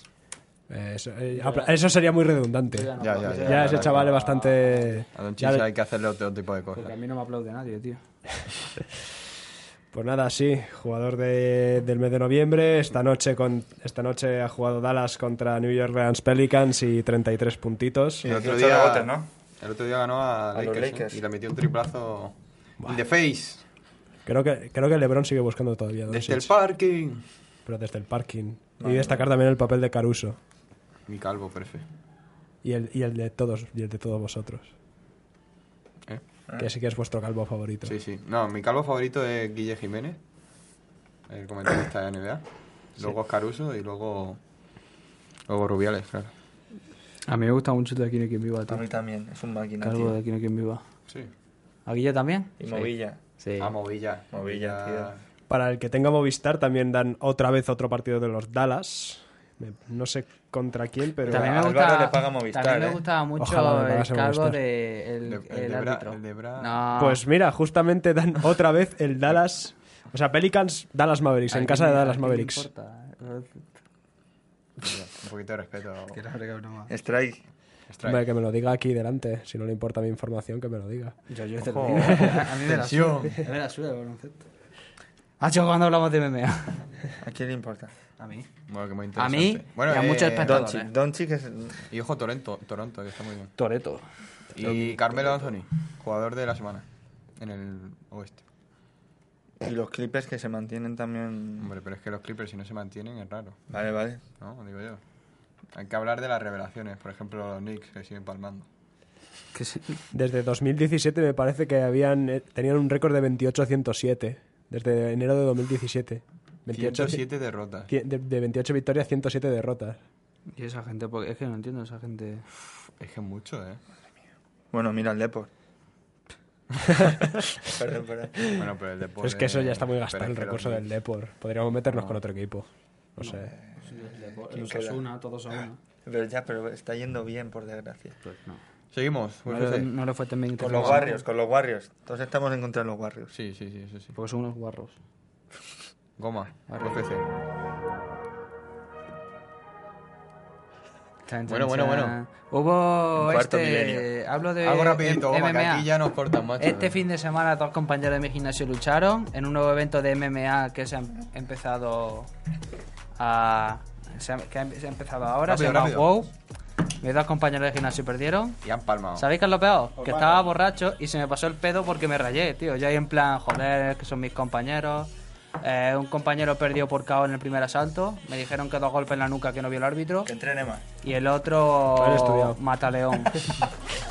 Speaker 9: Eh, Eso, eh, apla- eso sería muy redundante.
Speaker 5: Ya, ya, ya.
Speaker 9: Ya ese chaval es bastante.
Speaker 5: A Doncic
Speaker 9: ya le-
Speaker 5: hay que hacerle otro tipo de cosas.
Speaker 6: Porque a mí no me aplaude nadie, tío.
Speaker 9: Pues nada, sí, jugador de- del mes de noviembre. Esta noche, con, esta noche ha jugado Dallas contra New York Rams Pelicans y 33 puntitos.
Speaker 5: El otro
Speaker 7: 18
Speaker 5: día,
Speaker 7: rebotes, ¿no?
Speaker 5: el otro día ganó a,
Speaker 7: los
Speaker 5: Lakers, ¿eh?
Speaker 7: Lakers.
Speaker 5: y le metió un triplazo in the face
Speaker 9: Creo que, creo que LeBron sigue buscando todavía a
Speaker 5: desde el
Speaker 9: Doncic,
Speaker 5: parking.
Speaker 9: pero desde el parking. Y destacar también el papel de Caruso
Speaker 5: Mi calvo, prefe.
Speaker 9: y el, y el de todos y el de todos vosotros.
Speaker 5: ¿Eh?
Speaker 9: Que sí que es vuestro calvo favorito.
Speaker 5: Sí, sí. No, mi calvo favorito es Guille Jiménez, el comentarista de NBA. Luego es Caruso y luego. Luego Rubiales, claro.
Speaker 6: A mí me gusta mucho de Aquí no hay quien viva,
Speaker 7: A
Speaker 6: tío.
Speaker 7: mí también. Es un máquina,
Speaker 6: Calvo de
Speaker 7: tío.
Speaker 6: Aquí no hay quien viva.
Speaker 5: Sí.
Speaker 6: ¿Aquí ya también?
Speaker 7: Y Movilla.
Speaker 6: Sí.
Speaker 5: A Ah, Movilla.
Speaker 7: Movilla,
Speaker 9: Para el que tenga Movistar también dan otra vez otro partido de los Dallas. Me- No sé contra quién, pero...
Speaker 6: También me,
Speaker 7: Álvaro
Speaker 6: gusta,
Speaker 7: le paga Movistar,
Speaker 6: también me
Speaker 7: ¿eh?
Speaker 6: gustaba mucho
Speaker 9: Ojalá le pagase
Speaker 6: el cargo
Speaker 9: Movistar.
Speaker 6: de el,
Speaker 5: El de-
Speaker 6: el
Speaker 5: el de Bra-
Speaker 6: árbitro.
Speaker 5: el de Bra-
Speaker 6: No.
Speaker 9: Pues mira, justamente dan *laughs* otra vez el Dallas... O sea, Pelicans, Dallas Mavericks,
Speaker 6: ¿a
Speaker 9: en
Speaker 6: quién
Speaker 9: casa de
Speaker 6: le- a
Speaker 9: Dallas
Speaker 6: quién le
Speaker 9: Mavericks. *laughs*
Speaker 6: importa? ¿eh?
Speaker 5: Un poquito de respeto.
Speaker 7: Strike.
Speaker 9: Hombre,
Speaker 5: Strike.
Speaker 9: que me lo diga aquí delante. Si no le importa mi información, que me lo diga.
Speaker 6: Yo, yo te lo
Speaker 5: Ojo.
Speaker 6: digo. A mí me la
Speaker 5: Tensión.
Speaker 6: sube. Me la sube el baloncesto. Ah, chico, cuando hablamos de MMA.
Speaker 7: ¿A eh. quién le importa?
Speaker 6: A mí.
Speaker 5: Bueno, que muy
Speaker 6: A
Speaker 5: interesante.
Speaker 6: mí
Speaker 5: bueno, eh,
Speaker 6: y a muchos espectadores.
Speaker 7: Doncic. Doncic es.
Speaker 5: Y ojo, Toronto, Toronto, que está muy bien.
Speaker 6: Toreto.
Speaker 5: Y Carmelo Anthony, jugador de la semana en el oeste.
Speaker 7: Y los clippers que se mantienen
Speaker 6: Mm.
Speaker 7: también.
Speaker 5: Hombre, pero es que los Clippers, si no se mantienen, es raro,
Speaker 7: Vale, vale.
Speaker 5: ¿no? Digo yo. Hay que hablar de las revelaciones, por ejemplo, los Knicks que siguen palmando.
Speaker 9: Desde 2017 me parece que habían eh, tenían un récord de 28-107. Desde enero de 2017. 28
Speaker 5: 107 derrotas.
Speaker 9: cien- de, de 28 victorias, 107 derrotas.
Speaker 6: Y esa gente, porque es que no entiendo esa gente.
Speaker 5: Es que es mucho, ¿eh?
Speaker 7: *laughs* Bueno, mira el Depor. Perdón, perdón.
Speaker 5: Bueno, pero el Depor
Speaker 9: es que eso ya está muy
Speaker 5: pero
Speaker 9: gastado,
Speaker 5: es
Speaker 9: el
Speaker 5: que los
Speaker 9: recurso del
Speaker 5: dos-
Speaker 9: Depor. Podríamos meternos con otro equipo. No sé.
Speaker 7: ¿Quién queda?
Speaker 11: todos
Speaker 5: Ah,
Speaker 11: a una.
Speaker 7: Pero ya, pero está yendo bien, por desgracia.
Speaker 5: Seguimos.
Speaker 6: No,
Speaker 5: UFC.
Speaker 6: le- no le fue tan bien. que
Speaker 7: Con los
Speaker 6: fuera.
Speaker 7: barrios, con los barrios. Entonces estamos en contra de los barrios.
Speaker 5: Sí, sí, sí, eso sí.
Speaker 6: Porque son unos guarros.
Speaker 5: Goma, UFC.
Speaker 6: Chan, chan,
Speaker 5: Bueno, bueno,
Speaker 6: chan.
Speaker 5: bueno.
Speaker 6: Hubo
Speaker 7: Un cuarto
Speaker 6: este...
Speaker 7: milenio.
Speaker 6: Hablo de
Speaker 5: Algo rapidito,
Speaker 6: M-
Speaker 5: goma, que
Speaker 6: MMA.
Speaker 5: aquí ya nos cortan, macho.
Speaker 6: Este fin de semana dos compañeros de mi gimnasio lucharon en un nuevo evento de MMA que se ha em- empezado a... se ha- que ha em- se ha empezado ahora,
Speaker 5: Rápido,
Speaker 6: se llama
Speaker 5: rápido.
Speaker 6: WOW. Mis dos compañeros de gimnasio perdieron.
Speaker 5: Y han palmado.
Speaker 6: ¿Sabéis qué es lo peor? Que estaba borracho y se me pasó el pedo porque me rayé, tío. Yo ahí en plan, joder, es que son mis compañeros. Eh, un compañero perdió por KO en el primer asalto. Me dijeron que dos golpes en la nuca que no vio el árbitro.
Speaker 7: Que entrene más.
Speaker 6: Y el
Speaker 9: Mal estudiado.
Speaker 6: otro mata a León.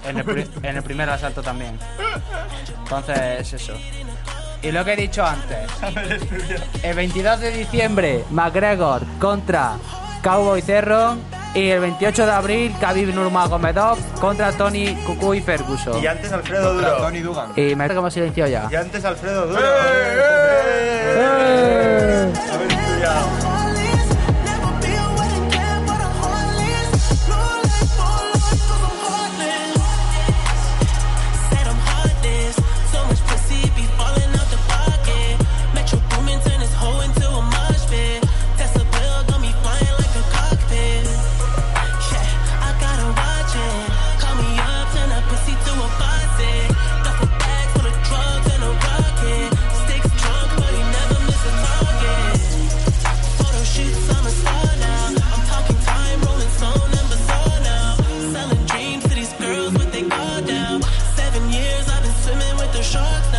Speaker 6: en, el pri- en el primer asalto también. Entonces, eso. Y lo que he dicho antes. El 22 de diciembre, McGregor contra Cowboy Cerro. Y el 28 de abril, Khabib Nurmagomedov contra Tony Cucú y Ferguson.
Speaker 7: Y antes Alfredo
Speaker 5: Contra
Speaker 7: Duro.
Speaker 5: Tony Dugan.
Speaker 6: Y me como silencio ya.
Speaker 7: Y antes Alfredo Duro.
Speaker 6: eh,
Speaker 7: Haber estudiado.
Speaker 3: Seven years I've been swimming with the sharks